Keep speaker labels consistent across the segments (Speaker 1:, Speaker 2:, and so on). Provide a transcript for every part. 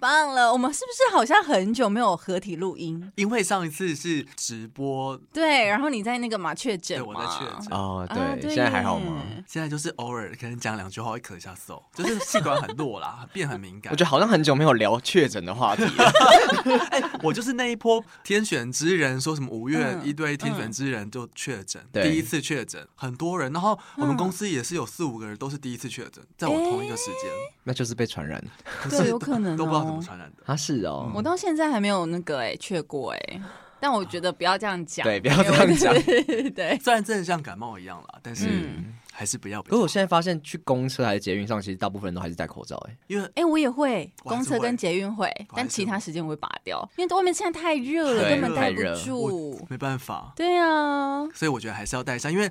Speaker 1: 棒了！我们是不是好像很久没有合体录音？
Speaker 2: 因为上一次是直播，
Speaker 1: 对，然后你在那个嘛确诊
Speaker 2: 对
Speaker 1: 嘛，
Speaker 2: 我在确诊，
Speaker 3: 哦，
Speaker 1: 啊
Speaker 3: 对，
Speaker 1: 对
Speaker 3: 现在还好吗？
Speaker 1: 耶
Speaker 2: 现在就是偶尔可能讲两句话会咳一下嗽，就是气管很弱啦，变很敏感。
Speaker 3: 我觉得好像很久没有聊确诊的话题了。
Speaker 2: 得我就是那一波天选之人，说什么五月
Speaker 1: 嗯
Speaker 2: 一堆天选之人就确诊，
Speaker 3: 对
Speaker 2: 第一次确诊很多人，然后我
Speaker 1: 嗯
Speaker 2: 们公司也是有四五个人都是第一次确诊，在我同一个时间，
Speaker 3: 那就是被传染
Speaker 2: 可
Speaker 1: 对
Speaker 2: 是
Speaker 1: 有可能哦
Speaker 2: 都不知道怎么传染的。
Speaker 3: 啊？是哦，
Speaker 1: 我到现在还没有那个哎、确过哎、但我觉得不要这样讲，
Speaker 3: 对不要这样讲
Speaker 1: 因为我对，
Speaker 2: 虽然真的像感冒一样啦，但是
Speaker 1: 嗯
Speaker 2: 还是不要比
Speaker 3: 可是
Speaker 2: 较
Speaker 3: 我
Speaker 2: 好。
Speaker 3: 现在发现，去公车还是捷运上，其实大部分人都还是戴口罩。哎，
Speaker 2: 因为
Speaker 1: 哎、我也会
Speaker 2: 我还
Speaker 1: 公
Speaker 2: 是
Speaker 1: 车跟
Speaker 2: 会
Speaker 1: 捷运会，
Speaker 2: 我
Speaker 1: 但
Speaker 2: 还是
Speaker 1: 其
Speaker 2: 会
Speaker 1: 他时间我会拔掉，因为外面现在太热了，
Speaker 3: 对
Speaker 1: 根本待
Speaker 2: 太
Speaker 1: 不
Speaker 3: 热
Speaker 1: 住。
Speaker 2: 没办法，
Speaker 1: 对啊，
Speaker 2: 所以我觉得还是要戴上，因为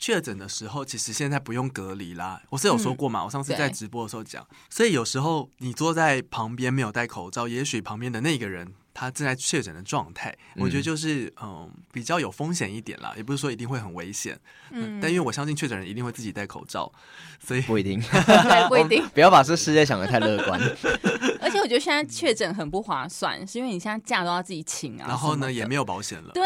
Speaker 2: 确诊的时候，其实现在不用隔离啦。我是有说过嘛，我上次在
Speaker 1: 对
Speaker 2: 直播的时候讲，所以有时候你坐在旁边没有戴口罩，也许旁边的那个人他正在确诊的状态，我觉得就是嗯比较有风险一点啦，也不是说一定会很危险，嗯，但因为我相信确诊人一定会自己戴口罩，所以
Speaker 3: 不一定，
Speaker 1: 对，不一定。
Speaker 3: 不要把这世界想的太乐观。
Speaker 1: 而且我觉得现在确诊很不划算，是因为你现在假都要自己请啊。
Speaker 2: 然后
Speaker 1: 什么
Speaker 2: 呢
Speaker 1: 的
Speaker 2: 也没有保险了，
Speaker 1: 对，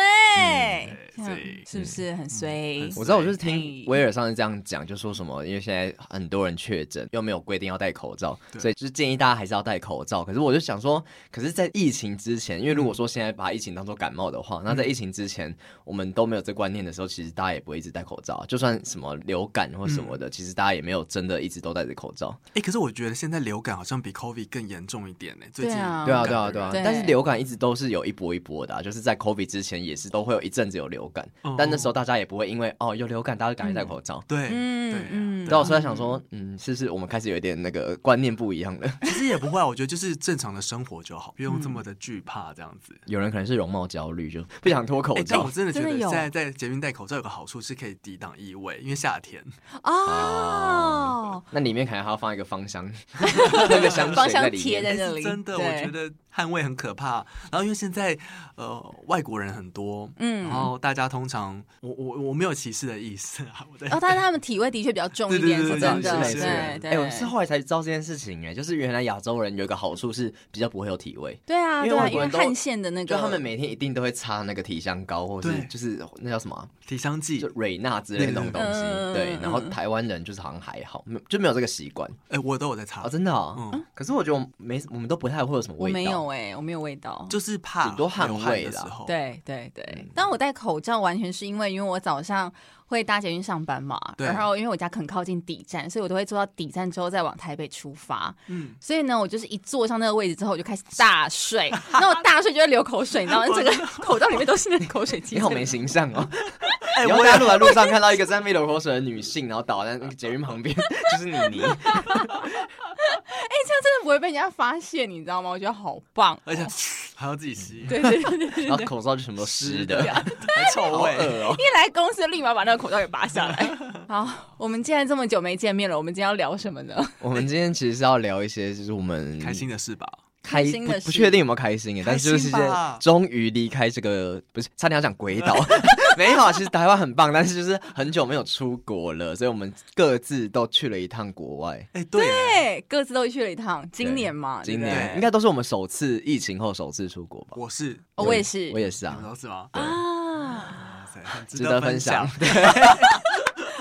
Speaker 2: 对所以
Speaker 1: 嗯是不是很衰？
Speaker 3: 我知道，我就是听
Speaker 1: 哎
Speaker 3: 威尔上次这样讲，就说什么，因为现在很多人确诊，又没有规定要戴口罩，
Speaker 2: 对
Speaker 3: 所以就是建议大家还是要戴口罩。可是我就想说，可是，在疫情之前，因为如果说现在把疫情当做感冒的话，
Speaker 1: 嗯
Speaker 3: 那在疫情之前我们都没有这观念的时候，其实大家也不会一直戴口罩啊。就算什么流感或什
Speaker 1: 嗯
Speaker 3: 么的，其实大家也没有真的一直都戴着口罩。
Speaker 2: 哎、可是我觉得现在流感好像比 COVID 更严重一点呢、最
Speaker 1: 对
Speaker 2: 近
Speaker 1: 啊
Speaker 3: 对啊，
Speaker 2: 流
Speaker 3: 对啊，
Speaker 2: 感的
Speaker 3: 对啊
Speaker 2: 人。
Speaker 1: 对
Speaker 3: 但是流感一直都是有一波一波的、啊，就是在 COVID 之前也是都会有一阵子有流感，
Speaker 2: 嗯
Speaker 3: 但那时候大家也不会因为哦有流感，大家就赶紧戴口罩。
Speaker 2: 对，
Speaker 1: 嗯
Speaker 2: 对啊
Speaker 1: 嗯
Speaker 3: 你知道我是在想说，嗯，是不是我们开始有一点那个观念不一样了？
Speaker 2: 其实也不会啊，我觉得就是正常的生活就好，不用这
Speaker 3: 嗯
Speaker 2: 么的惧怕这样子。
Speaker 3: 有人可能是容貌焦虑，就不想脱口
Speaker 2: 哎、但
Speaker 3: 罩
Speaker 2: 我。真的觉得
Speaker 1: 真的有
Speaker 2: 现在在捷运戴口罩有个好处是可以抵挡异味，因为夏天
Speaker 1: 哦，
Speaker 3: 那里面可能还要放一个芳香， 那个香
Speaker 1: 芳
Speaker 3: 水在
Speaker 1: 香
Speaker 3: 里
Speaker 1: 贴
Speaker 3: 面。
Speaker 1: 在
Speaker 2: 哎
Speaker 1: 那
Speaker 2: 是
Speaker 1: 里，
Speaker 2: 真的，
Speaker 1: 对
Speaker 2: 我觉得汗味很可怕。然后因为现在呃外国人很多，
Speaker 1: 嗯
Speaker 2: 然后大家通常我我我没有歧视的意思啊，我在、
Speaker 1: 哦，但是他们体味的确比较重一点，
Speaker 2: 对
Speaker 1: 是
Speaker 2: 对对
Speaker 1: 真的，
Speaker 2: 对
Speaker 3: 是
Speaker 1: 对
Speaker 3: 哎、
Speaker 1: 对。
Speaker 3: 我是后来才知道这件事情、哎，就是原来亚洲人有一个好处是比较不会有体味，
Speaker 1: 对啊，
Speaker 3: 因为
Speaker 1: 对啊，
Speaker 3: 外
Speaker 1: 因
Speaker 3: 国
Speaker 1: 为
Speaker 3: 人都
Speaker 1: 汗腺的那
Speaker 3: 就
Speaker 1: 个，
Speaker 3: 他们每天一定都会擦那个体香膏，或是
Speaker 2: 对
Speaker 3: 就是那叫什么啊、
Speaker 2: 体香剂
Speaker 3: 就。蕊纳之类的那种东西。
Speaker 1: 嗯
Speaker 3: 对，然后
Speaker 1: 嗯
Speaker 3: 台湾人就是好像还好，没有就没有这个习惯
Speaker 2: 哎、我都有在擦，
Speaker 1: 哦
Speaker 3: 啊，真的啊。
Speaker 2: 嗯，
Speaker 3: 可是我觉得我们没，我们都不太会有什么
Speaker 1: 我
Speaker 3: 味道。
Speaker 1: 没有哎，我没有味道，
Speaker 2: 就是怕
Speaker 3: 顶多汗
Speaker 2: 流汗
Speaker 3: 味
Speaker 2: 的时
Speaker 3: 啦
Speaker 2: 候，，
Speaker 1: 对对对，但我戴口罩完全是因为，因为我早上会搭捷运上班嘛，
Speaker 2: 对
Speaker 1: 然后因为我家很靠近底站，所以我都会坐到底站之后再往台北出发。
Speaker 2: 嗯，
Speaker 1: 所以呢，我就是一坐上那个位置之后，我就开始大睡，那我大睡就会流口水，你知道吗？整个口罩里面都是那个口水
Speaker 3: 你
Speaker 1: 精。
Speaker 3: 好没形象哦！
Speaker 2: 哎、
Speaker 3: 以后
Speaker 2: 我
Speaker 3: 大家
Speaker 2: 也
Speaker 3: 路在路上看到一个在那边流口水的女性，然后倒在那个捷运旁边，就是你 你。
Speaker 1: 这样真的不会被人家发现，你知道吗？我觉得好棒。
Speaker 2: 而且还要自己吸，
Speaker 1: 对对对对对，
Speaker 3: 然后口罩就全部都湿的，
Speaker 2: 还臭
Speaker 3: 好
Speaker 2: 味。
Speaker 3: 恶哦！
Speaker 1: 一来公司立马把那个口罩给拔下来。好，我们既然这么久没见面了，我们今天要聊什么呢？
Speaker 3: 我们今天其实是要聊一些，就是我们
Speaker 2: 开心的事吧，
Speaker 3: 开
Speaker 1: 开心的
Speaker 3: 不不
Speaker 1: 事
Speaker 3: 确定有没有开心耶，但是就是
Speaker 2: 开心吧
Speaker 3: 终于离开这个，不是差点要讲鬼岛， 没有啊，其实台湾很棒，但是就是很久没有出国了，所以我们各自都去了一趟国外。
Speaker 2: 哎、对耶，
Speaker 1: 对，各自都去了一趟，今年嘛，
Speaker 2: 啊
Speaker 3: 今
Speaker 1: 对不对
Speaker 3: 年应该都是我们首次疫情后首次出国吧？
Speaker 2: 我是，
Speaker 1: 哦我也是，
Speaker 3: 我也是
Speaker 2: 你
Speaker 3: 啊
Speaker 2: 们，都是吗？
Speaker 1: 啊，
Speaker 2: 哇塞很
Speaker 3: 值得分享。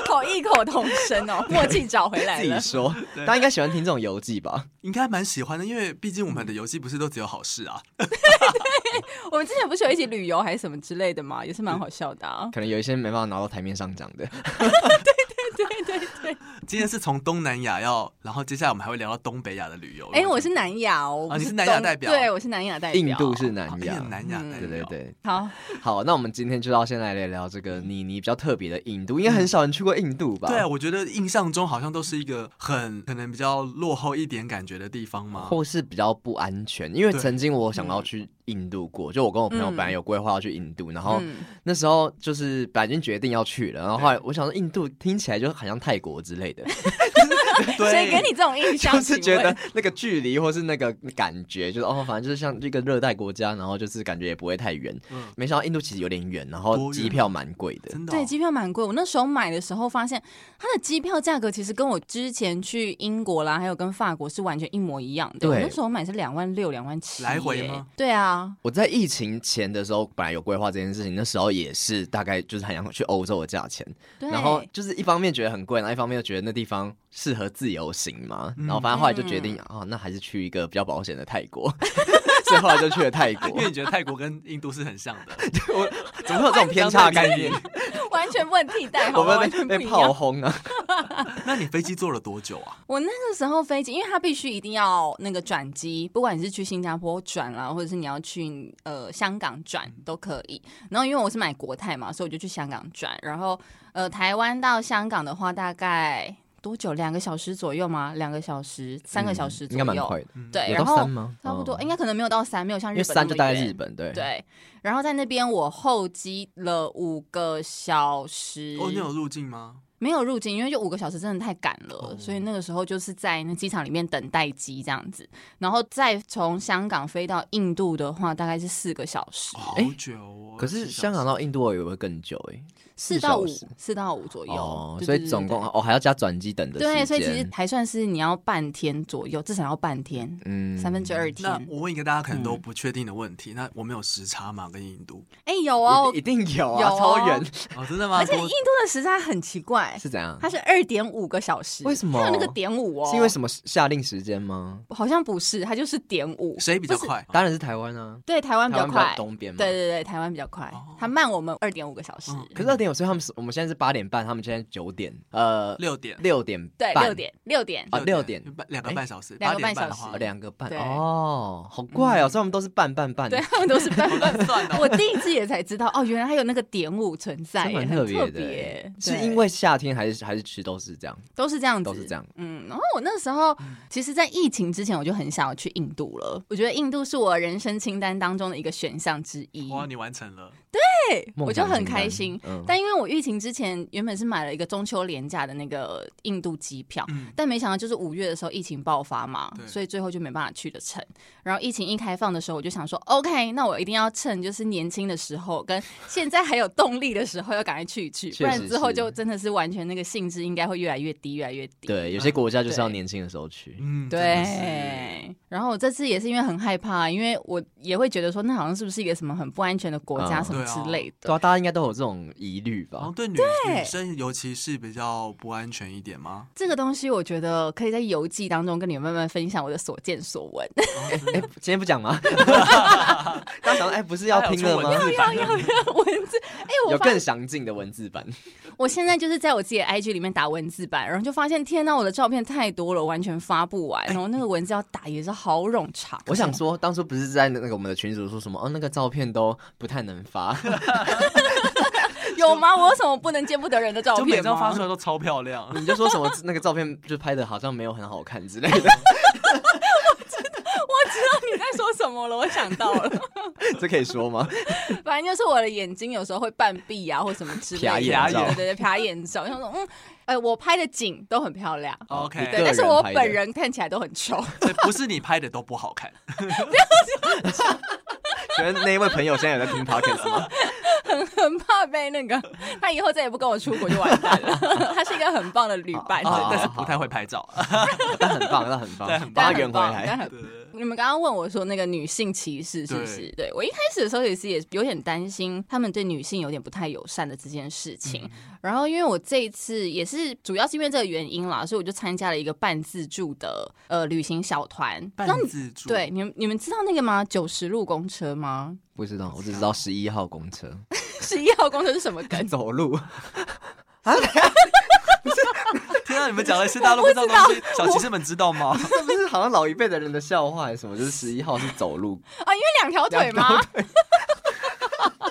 Speaker 1: 好异 口同 声哦，默契找回来
Speaker 3: 自己
Speaker 1: 了。
Speaker 3: 说，大家应该喜欢听这种游记吧？
Speaker 2: 应该蛮喜欢的，因为毕竟我们的游戏不是都只有好事 啊。
Speaker 1: 我们之前不是有一起旅游还是什么之类的嘛，也是蛮好笑的啊。
Speaker 3: 可能有一些没办法拿到台面上讲的。
Speaker 1: 对对对，
Speaker 2: 今天是从东南亚要，然后接下来我们还会聊到东北亚的旅游。
Speaker 1: 哎、我是南亚哦，我不
Speaker 2: 啊你是
Speaker 1: 是
Speaker 2: 南亚
Speaker 1: 东
Speaker 2: 代表
Speaker 1: 对，我是南亚代表。
Speaker 3: 印度是南
Speaker 2: 好
Speaker 3: 亚，
Speaker 2: 啊
Speaker 3: 嗯
Speaker 2: 印哎南亚代表，
Speaker 3: 对对对。
Speaker 1: 好，
Speaker 3: 好，那我们今天就到先来聊聊这个妮妮比较特别的印度，应该很少人去过印度吧？
Speaker 2: 嗯对啊，我觉得印象中好像都是一个很可能比较落后一点感觉的地方嘛。
Speaker 3: 或是比较不安全，因为
Speaker 2: 对
Speaker 3: 曾经我想要去印度过，就我跟我朋友
Speaker 1: 嗯
Speaker 3: 本来有规划要去印度，然后
Speaker 1: 嗯
Speaker 3: 那时候就是本来已经决定要去了，然后后来我想说印度听起来就很像泰国之类的，
Speaker 2: 对，
Speaker 1: 谁给你这种印象？
Speaker 3: 就是觉得
Speaker 1: 请
Speaker 3: 那个距离或是那个感觉，就是哦，反正就是像一个热带国家，然后就是感觉也不会太远。
Speaker 2: 嗯
Speaker 3: 没想到印度其实有点远，然
Speaker 2: 多
Speaker 3: 后
Speaker 2: 远
Speaker 3: 机票蛮贵的。
Speaker 2: 真
Speaker 1: 问
Speaker 2: 的哦、
Speaker 1: 对，机票蛮贵。我那时候买的时候发现，它的机票价格其实跟我之前去英国啦，还有跟法国是完全一模一样的。
Speaker 3: 对
Speaker 1: 我那时候买是两万六、两万七，
Speaker 2: 来回吗？
Speaker 1: 对啊，
Speaker 3: 我在疫情前的时候，本来有规划这件事情，那时候也是大概就是很想去欧洲的价钱，
Speaker 1: 对。
Speaker 3: 然后就是一方面觉得很贵，然后一方面又觉得那地方适合自由行嘛，然后反正后来就决定
Speaker 1: 嗯
Speaker 3: 啊、哦，那还是去一个比较保险的泰国， 所以后来就去了泰国
Speaker 2: 因。为你觉得泰国跟印度是很像的，
Speaker 3: 我怎么 会有这种偏差的概念？
Speaker 1: 完全不能替代，
Speaker 3: 哎
Speaker 1: 好
Speaker 3: 我
Speaker 1: 吗？
Speaker 3: 们
Speaker 1: 完全不
Speaker 3: 被被
Speaker 1: 一
Speaker 3: 炮
Speaker 1: 样。
Speaker 3: 轰啊！
Speaker 2: 那你飞机坐了多久啊？
Speaker 1: 我那个时候飞机，因为它必须一定要那个转机，不管你是去新加坡转啦，或者是你要去呃香港转
Speaker 3: 嗯
Speaker 1: 都可以。然后因为我是买国泰嘛，所以我就去香港转。然后呃，台湾到香港的话，大概多久？两个小时左右吗？两个小时、三个小时
Speaker 3: 嗯
Speaker 1: 左
Speaker 3: 应该蛮
Speaker 1: 右。
Speaker 3: 快的。
Speaker 1: 对，
Speaker 3: 有到
Speaker 1: 然后
Speaker 3: 三吗？
Speaker 1: 差不多，
Speaker 3: 哦
Speaker 1: 应该可能没有到三，没有像
Speaker 3: 因
Speaker 1: 日
Speaker 3: 为
Speaker 1: 本
Speaker 3: 三就大概
Speaker 1: 那么
Speaker 3: 日
Speaker 1: 远
Speaker 3: 本，对。
Speaker 1: 对。然后在那边我候机了五个小时。
Speaker 2: 哦，你有入境吗？
Speaker 1: 没有入境，因为就五个小时真的太赶了，
Speaker 3: 哦
Speaker 1: 所以那个时候就是在那机场里面等待机这样子，然后再从香港飞到印度的话，大概是四个小时
Speaker 2: 哦，，好久哦。
Speaker 3: 哎可是
Speaker 2: 27小时
Speaker 3: 香港到印度我以为会更久哎、
Speaker 1: 四、到五
Speaker 3: 小时，
Speaker 1: 四到五左右，
Speaker 3: 哦，
Speaker 1: 对
Speaker 3: 所以
Speaker 1: 对对
Speaker 3: 总共
Speaker 1: 对
Speaker 3: 哦还要加转机等的时间。
Speaker 1: 对，所以其实还算是你要半天左右，至少要半天，
Speaker 3: 嗯
Speaker 1: 三分之二天
Speaker 2: 那。我问一个大家可能都不确定的问题，那我们有时差吗？跟印度？
Speaker 1: 哎、有
Speaker 3: 一
Speaker 1: 哦，
Speaker 3: 定一定有啊，
Speaker 1: 有哦
Speaker 3: 超 远
Speaker 2: 哦，真的吗？
Speaker 1: 而且印度的时差很奇怪，
Speaker 3: 是怎样？
Speaker 1: 它是二点五个小时，
Speaker 3: 嗯为什么
Speaker 1: 它有那个点五哦？
Speaker 3: 是因为什么下令时间吗？
Speaker 1: 么？好像不是，它就是点五。
Speaker 2: 谁比较快？
Speaker 3: 当然是台湾啊，
Speaker 1: 对，台湾比
Speaker 3: 台
Speaker 1: 较
Speaker 3: 湾比
Speaker 1: 快
Speaker 3: 较，东边嘛。
Speaker 1: 对对对，台湾比较快，
Speaker 3: 哦
Speaker 1: 它慢我们二点五个小时。
Speaker 2: 嗯
Speaker 3: 可是二点五，所以他们是我们现在是八点半，他们现在九点，呃，
Speaker 2: 六点，
Speaker 3: 六点
Speaker 1: 对，
Speaker 3: 半
Speaker 1: 六点六点
Speaker 3: 啊六点
Speaker 2: 半两个半小时，
Speaker 1: 两
Speaker 2: 八
Speaker 1: 个
Speaker 2: 点
Speaker 1: 半
Speaker 2: 半的
Speaker 1: 小时
Speaker 2: 话
Speaker 3: 呃，两个半
Speaker 1: 对嗯
Speaker 3: 哦，好怪哦，所以我们都是半半半，
Speaker 1: 对他们都是 半半。
Speaker 2: 算哦
Speaker 1: 我第一次也才知道，哦，原来还有那个点五存在
Speaker 3: 这
Speaker 1: 耶，
Speaker 3: 蛮
Speaker 1: 很
Speaker 3: 别的
Speaker 1: 别
Speaker 3: 欸，。是
Speaker 1: 对
Speaker 3: 因为夏天还是还是吃都是这样，
Speaker 1: 都是这样子，
Speaker 3: 都是这样。嗯
Speaker 1: 嗯，然后我那时候其实，在疫情之前，我就很想要去印度了。我觉得印度是我人生清单当中的一个选项之一，
Speaker 2: 哇，你完成了，
Speaker 1: 对，
Speaker 3: 梦
Speaker 1: 我就
Speaker 3: 想
Speaker 1: 很
Speaker 3: 清
Speaker 1: 开
Speaker 3: 单
Speaker 1: 心。
Speaker 3: 嗯
Speaker 1: 但因为我疫情之前原本是买了一个中秋廉价的那个印度机票，
Speaker 2: 嗯，
Speaker 1: 但没想到就是五月的时候疫情爆发嘛
Speaker 2: 对，
Speaker 1: 所以最后就没办法去的成。然后疫情一开放的时候，我就想说，OK，那我一定要趁就是年轻的时候，跟现在还有动力的时候，要赶快去一去，不
Speaker 3: 确实是
Speaker 1: 然之后就真的是完全那个兴致应该会越来越低，越来越低。
Speaker 3: 对，有些国家就是要
Speaker 1: 嗯对
Speaker 3: 年轻的时候去，
Speaker 2: 嗯，真的是
Speaker 1: 对，然后我这次也是因为很害怕，因为我也会觉得说，那好像是不是一个什么很不安全的国家
Speaker 3: 啊
Speaker 1: 什么
Speaker 2: 对
Speaker 1: 之
Speaker 2: 啊
Speaker 1: 类的
Speaker 3: 对。啊，大家应该都有这种疑虑
Speaker 2: 然后
Speaker 1: 哦
Speaker 3: 吧？
Speaker 2: 对女女生尤其是比较不安全一点吗？
Speaker 1: 这个东西我觉得可以在游记当中跟你们慢慢分享我的所见所闻。
Speaker 3: 哎，今天不讲吗？ 大家想说，哎，不是要
Speaker 2: 还有
Speaker 3: 听
Speaker 2: 出
Speaker 3: 了
Speaker 2: 文
Speaker 3: 吗？
Speaker 2: 字版的
Speaker 1: 文字，哎、我
Speaker 3: 有
Speaker 1: 发
Speaker 3: 更详尽的文字版，
Speaker 1: 我现在就是在我自己的 IG 里面打文字版，然后就发现天呐，我的照片太多了，我完全发不完，然后那个文字要打也是好冗长。
Speaker 3: 我想说，当初不是在那个我们的群组说什么哦，那个照片都不太能发，
Speaker 1: 有吗？我有什么不能见不得人的照
Speaker 2: 就每
Speaker 1: 片
Speaker 2: 张发
Speaker 1: 吗
Speaker 2: 出？来都超漂亮，
Speaker 3: 你就说什么那个照片就拍的好像没有很好看之类的，
Speaker 1: 我知道你在说什么了，我想到了，
Speaker 3: 这可以说吗？
Speaker 1: 反正就是我的眼睛有时候会半闭啊，或什么之类的，
Speaker 3: 瞟眼
Speaker 2: 照
Speaker 1: 对对对，瞟眼照，想说嗯，哎、我拍的景都很漂亮。
Speaker 2: 哦 OK
Speaker 3: 你个
Speaker 1: 对，
Speaker 3: 人
Speaker 1: 但是我
Speaker 3: 拍的
Speaker 1: 本人看起来都很丑，
Speaker 2: 所以不是你拍的都不好看，
Speaker 3: 觉得那一位朋友现在有在听 podcast 吗？
Speaker 1: 很怕被那个他以后再也不跟我出国就完蛋了。 他是一个很棒的旅伴，
Speaker 3: 啊
Speaker 2: 但是不太会拍照。
Speaker 3: 但很棒，那很棒
Speaker 2: 对，很
Speaker 3: 把
Speaker 1: 但
Speaker 3: 它圆
Speaker 1: 很
Speaker 3: 回
Speaker 1: 棒，但
Speaker 3: 来。
Speaker 1: 很
Speaker 2: 对
Speaker 1: 你们刚刚问我说那个女性歧视是不是？对我一开始的时候也是也有点担心，他们对女性有点不太友善的这件事情。然后因为我这一次也是主要是因为这个原因啦，所以我就参加了一个半自助的呃旅行小团。
Speaker 2: 半
Speaker 1: 然后你
Speaker 2: 自助，
Speaker 1: 对，你们你们知道那个吗？九十路公车吗？
Speaker 3: 不知道，我只知道十一号公车
Speaker 1: 十一号公车是什么梗？
Speaker 3: 走路。
Speaker 2: 天啊，你们讲了一些大家都不知道的东西，小骑士们知道吗？
Speaker 3: 这不是好像老一辈的人的笑话还是什 么？就是十一号是走路，
Speaker 1: 啊，因为两条腿啊吗？
Speaker 3: 好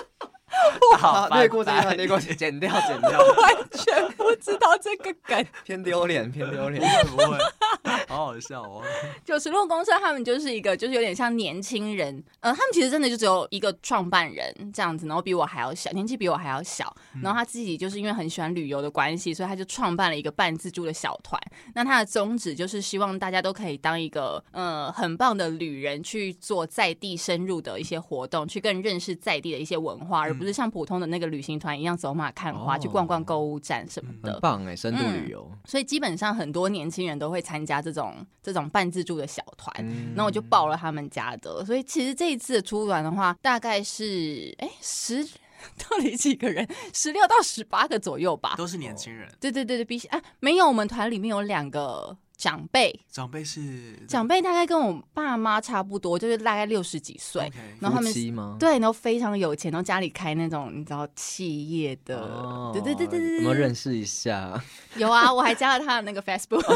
Speaker 2: 好，
Speaker 3: 略过这一
Speaker 2: 拜
Speaker 3: 段，
Speaker 2: 拜
Speaker 3: 略过，剪 掉，剪掉，
Speaker 1: 完全不知道这个梗。
Speaker 3: 偏丢脸，偏丢脸。
Speaker 2: 不会，嗯好好笑哦。
Speaker 1: 九十路公社他们就是一个，就是有点像年轻人，呃，他们其实真的就只有一个创办人这样子，然后比我还要小，年纪比我还要小，然后他自己就是因为很喜欢旅游的关系，所以他就创办了一个半自助的小团。那他的宗旨就是希望大家都可以当一个呃很棒的旅人，去做在地深入的一些活动，去更认识在地的一些文化，而不是像普通的那个旅行团一样走马看花，
Speaker 3: 哦
Speaker 1: 去逛逛购物站什么的
Speaker 3: 很。棒哎，深度旅游。
Speaker 1: 所以基本上很多年轻人都会参加这种这种半自助的小团。
Speaker 3: 嗯
Speaker 1: 然后我就报了他们家的，所以其实这一次的出团的话，大概是哎十 到底几个人？十六到十八个左右吧。
Speaker 2: 都是年轻人，
Speaker 1: 对对对对，比起啊没有，我们团里面有两个长辈，
Speaker 2: 长辈是
Speaker 1: 长辈大概跟我爸妈差不多，就是大概六十几岁。
Speaker 2: OK，
Speaker 1: 然后他
Speaker 3: 夫
Speaker 1: 们
Speaker 3: 妻吗？
Speaker 1: 对，然后非常有钱，然后家里开那种你知道企业的，
Speaker 3: 哦
Speaker 1: 对对对对对，
Speaker 3: 我
Speaker 1: 对
Speaker 3: 们认识一下，
Speaker 1: 有啊，我还加了他的那个 Facebook，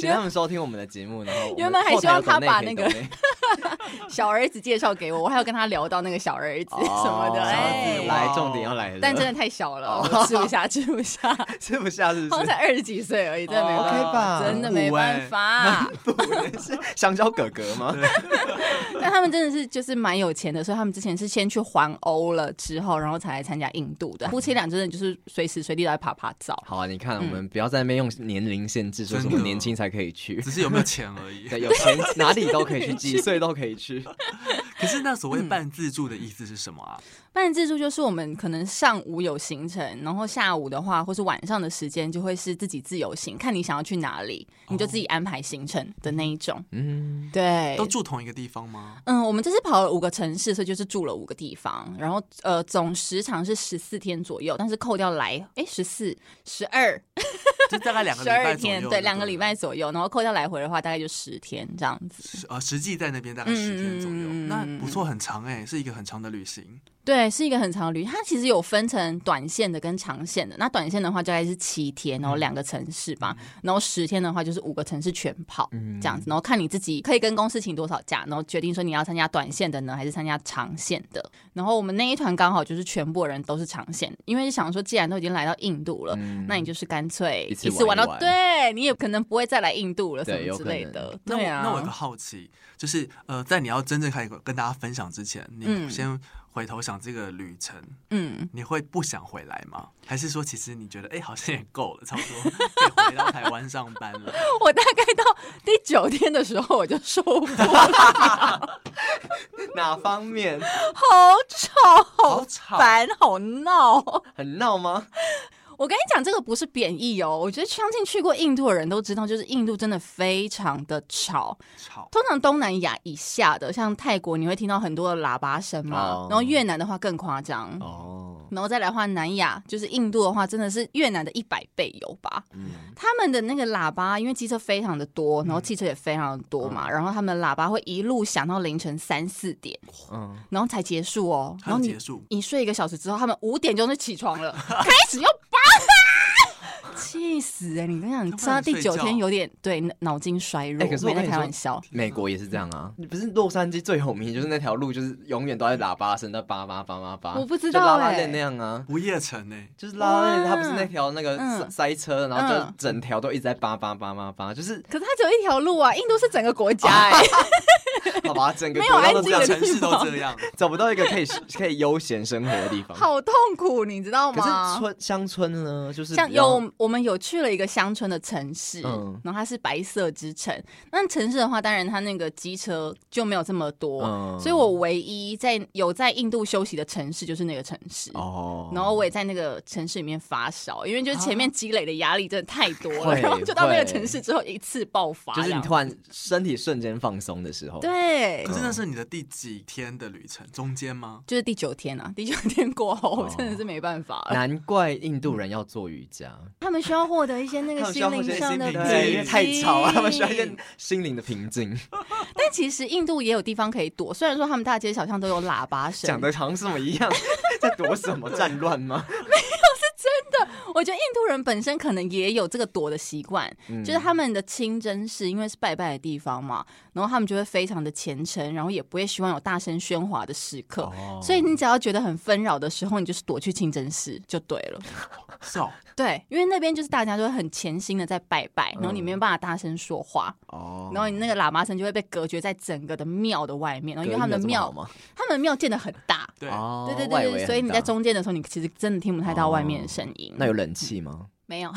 Speaker 3: 请他们收听我们的节目，然后我们
Speaker 1: 原本还希望他把那个
Speaker 3: 后台有抖内可以抖内
Speaker 1: 小儿子介绍给我，我还有跟他聊到那个小儿子什么的，
Speaker 3: 哦
Speaker 1: 哎、
Speaker 3: 来重点要来了，
Speaker 1: 但真的太小了，我吃 不下，吃不下，
Speaker 3: 吃不下 哦是
Speaker 1: 好
Speaker 3: 不
Speaker 1: 像
Speaker 3: 是
Speaker 1: 才？二十几岁而已，真的没办法。
Speaker 3: OK 吧
Speaker 1: 真的没办法，
Speaker 3: 是香蕉哥哥 吗？
Speaker 1: 但他们真的是就是蛮有钱的，所以他们之前是先去环欧了，之后然后才来参加印度的。夫妻俩真的就是随时随地都在爬爬照，
Speaker 3: 好啊，你看我们不要在那边用年龄限制，说什么
Speaker 2: 真的
Speaker 3: 年轻才可以去
Speaker 2: 只，是有没有钱而已。
Speaker 3: 对，有钱哪里都可以去，几岁都可以去。
Speaker 2: 可是那
Speaker 1: 嗯
Speaker 2: 所谓半自助的意思是什么啊？
Speaker 1: 半自助就是我们可能上午有行程，然后下午的话或是晚上的时间就会是自己自由行，看你想要去哪里，你
Speaker 3: 哦
Speaker 1: 就自己安排行程的那一种。
Speaker 3: 嗯，
Speaker 1: 对，
Speaker 2: 都住同一个地方 吗？
Speaker 1: 嗯，我们这次跑了五个城市，所以就是住了五个地方，然后呃，总时长是十四天左右，但是扣掉来，哎，十四、十二、
Speaker 2: 就大概两个礼
Speaker 1: 十
Speaker 2: 拜
Speaker 1: 二
Speaker 2: 左右
Speaker 1: 天，
Speaker 2: 就
Speaker 1: 对，
Speaker 2: 对，
Speaker 1: 两个礼拜。左右，然后扣掉来回的话，大概就十天这样子。
Speaker 2: 呃，实际在那边大概十天左右，
Speaker 1: 嗯嗯嗯嗯
Speaker 2: 那不错，很长哎、是一个很长的旅行。
Speaker 1: 对，是一个很长的旅行，它其实有分成短线的跟长线的。那短线的话大概是七天，然
Speaker 3: 嗯
Speaker 1: 后两个城市吧，然后十天的话就是五个城市全跑、
Speaker 3: 嗯
Speaker 1: 这样子，然后看你自己可以跟公司请多少假，然后决定说你要参加短线的呢，还是参加长线的。然后我们那一团刚好就是全部人都是长线，因为想说既然都已经来到印度了，那你就是干脆
Speaker 3: 嗯一次玩
Speaker 1: 玩
Speaker 3: 一
Speaker 1: 到，
Speaker 3: 玩
Speaker 1: 对你也可能不会再来印度了什
Speaker 3: 对有
Speaker 1: 么之
Speaker 3: 可
Speaker 1: 类
Speaker 3: 能
Speaker 1: 的。
Speaker 2: 那我
Speaker 1: 对啊，
Speaker 2: 那我有个好奇，就是呃，在你要真正开始跟大家分享之前，你
Speaker 1: 嗯
Speaker 2: 先回头想这个旅程，
Speaker 1: 嗯。
Speaker 2: 你会不想回来吗？还是说，其实你觉得，哎、好像也够了，差不 多可以回到台湾上班了？
Speaker 1: 我大概到第九天的时候，我就受不了，
Speaker 3: 哪方面
Speaker 1: 好吵，
Speaker 2: 好吵，
Speaker 1: 烦，好闹。
Speaker 3: 很闹吗？
Speaker 1: 我跟你讲，这个不是贬义哦。我觉得相信去过印度的人都知道，就是印度真的非常的吵。
Speaker 2: 吵，
Speaker 1: 通常东南亚以下的，像泰国，你会听到很多的喇叭声嘛。
Speaker 3: 哦
Speaker 1: 然后越南的话更夸张。
Speaker 3: 哦，
Speaker 1: 然后再来的话，南亚就是印度的话，真的是越南的一百倍有吧？
Speaker 3: 嗯，
Speaker 1: 他们的那个喇叭，因为机车非常的多，然后汽车也非常的多嘛，然后他们的喇叭会一路响到凌晨三四点，
Speaker 3: 嗯，
Speaker 1: 然后才结束哦。
Speaker 2: 还
Speaker 1: 然后
Speaker 2: 有
Speaker 1: 你
Speaker 2: 结束，
Speaker 1: 你睡一个小时之后，他们五点钟就起床 了，开始要 拔啦，气死哎、欸！你跟你讲，你上到第九天有点对脑筋衰弱，
Speaker 3: 哎可是我
Speaker 1: 没
Speaker 3: 跟
Speaker 1: 在
Speaker 3: 你
Speaker 1: 开
Speaker 3: 说
Speaker 1: 玩笑。
Speaker 3: 美国也是这样啊。你不是洛杉矶最有名，就是那条路，就是永远都在喇叭声在叭叭叭叭叭。
Speaker 1: 我不知
Speaker 3: 就拉
Speaker 1: 道
Speaker 3: 拉
Speaker 1: 哎、
Speaker 3: 链那样啊。
Speaker 2: 不夜城欸呢、
Speaker 3: 就是拉拉链，
Speaker 1: 哇
Speaker 3: 它不是那条那个
Speaker 1: 嗯
Speaker 3: 塞塞车，然后就
Speaker 1: 嗯
Speaker 3: 整条都一直在叭叭叭叭叭，就是
Speaker 1: 可是它只有一条路啊，印度是整个国家 哎、
Speaker 3: 好吧，整个
Speaker 1: 没有
Speaker 3: 国家都这
Speaker 1: 安静
Speaker 3: 样
Speaker 2: 两
Speaker 1: 的
Speaker 2: 城
Speaker 1: 地
Speaker 2: 市都
Speaker 1: 方
Speaker 2: 这样，
Speaker 3: 找不到一个可以可以悠闲生活的地方。
Speaker 1: 好痛苦，你知道
Speaker 3: 可是
Speaker 1: 吗？
Speaker 3: 村乡村呢，就是
Speaker 1: 像
Speaker 3: 比较
Speaker 1: 有我们有去了一个乡村的城市，
Speaker 3: 嗯
Speaker 1: 然后它是白色之城。那城市的话，当然它那个机车就没有这么多，
Speaker 3: 嗯
Speaker 1: 所以我唯一在有在印度休息的城市就是那个城市。
Speaker 3: 哦，
Speaker 1: 然后我也在那个城市里面发烧，因为就是前面积累的压力真的太多了，
Speaker 3: 会
Speaker 1: 然后就到那
Speaker 3: 会
Speaker 1: 个城市之后一次爆发这
Speaker 3: 就是你
Speaker 1: 样，
Speaker 3: 突然身体瞬间放松的时候，，
Speaker 1: 对
Speaker 2: 可，是那是你的第几天的旅程？中间吗？
Speaker 1: 就是第九天啊，第九天过后、真的是没办法了，
Speaker 3: 难怪印度人要做瑜伽，
Speaker 1: 他们需要获得一些那
Speaker 3: 他
Speaker 1: 个
Speaker 3: 们需要获
Speaker 1: 嗯 心灵
Speaker 3: 得
Speaker 1: 上的
Speaker 2: 心
Speaker 1: 平
Speaker 2: 灵
Speaker 3: 对，因为
Speaker 1: 静。
Speaker 3: 太吵啊了，他们需要一些心灵的平静。
Speaker 1: 但其实印度也有地方可以躲，虽然说他们大街小巷都有喇叭 声，
Speaker 3: 讲的好像什么一样，在躲什么战乱吗？
Speaker 1: 我觉得印度人本身可能也有这个躲的习惯，就是
Speaker 3: 嗯
Speaker 1: 他们的清真寺，因为是拜拜的地方嘛，然后他们就会非常的虔诚，然后也不会希望有大声喧哗的时刻。
Speaker 2: 哦
Speaker 1: 所以你只要觉得很纷扰的时候，你就是躲去清真寺就对 了。
Speaker 2: 是哦，
Speaker 1: 对，因为那边就是大家都会很虔心的在拜拜，然后你没有办法大声说话，
Speaker 3: 哦
Speaker 1: 然后你那个喇嘛声就会被隔绝在整个的庙的外面。然后因为他们的庙，
Speaker 3: 吗？
Speaker 1: 他们的庙建的很大，
Speaker 2: 对，
Speaker 3: 哦
Speaker 1: 对对
Speaker 3: 外
Speaker 1: 对
Speaker 3: 围
Speaker 1: 对，
Speaker 3: 很
Speaker 1: 所以你
Speaker 3: 大哦
Speaker 1: 在中间的时候，你其实真的听不太到外面的声音。
Speaker 3: 那有冷气吗？
Speaker 1: 没有，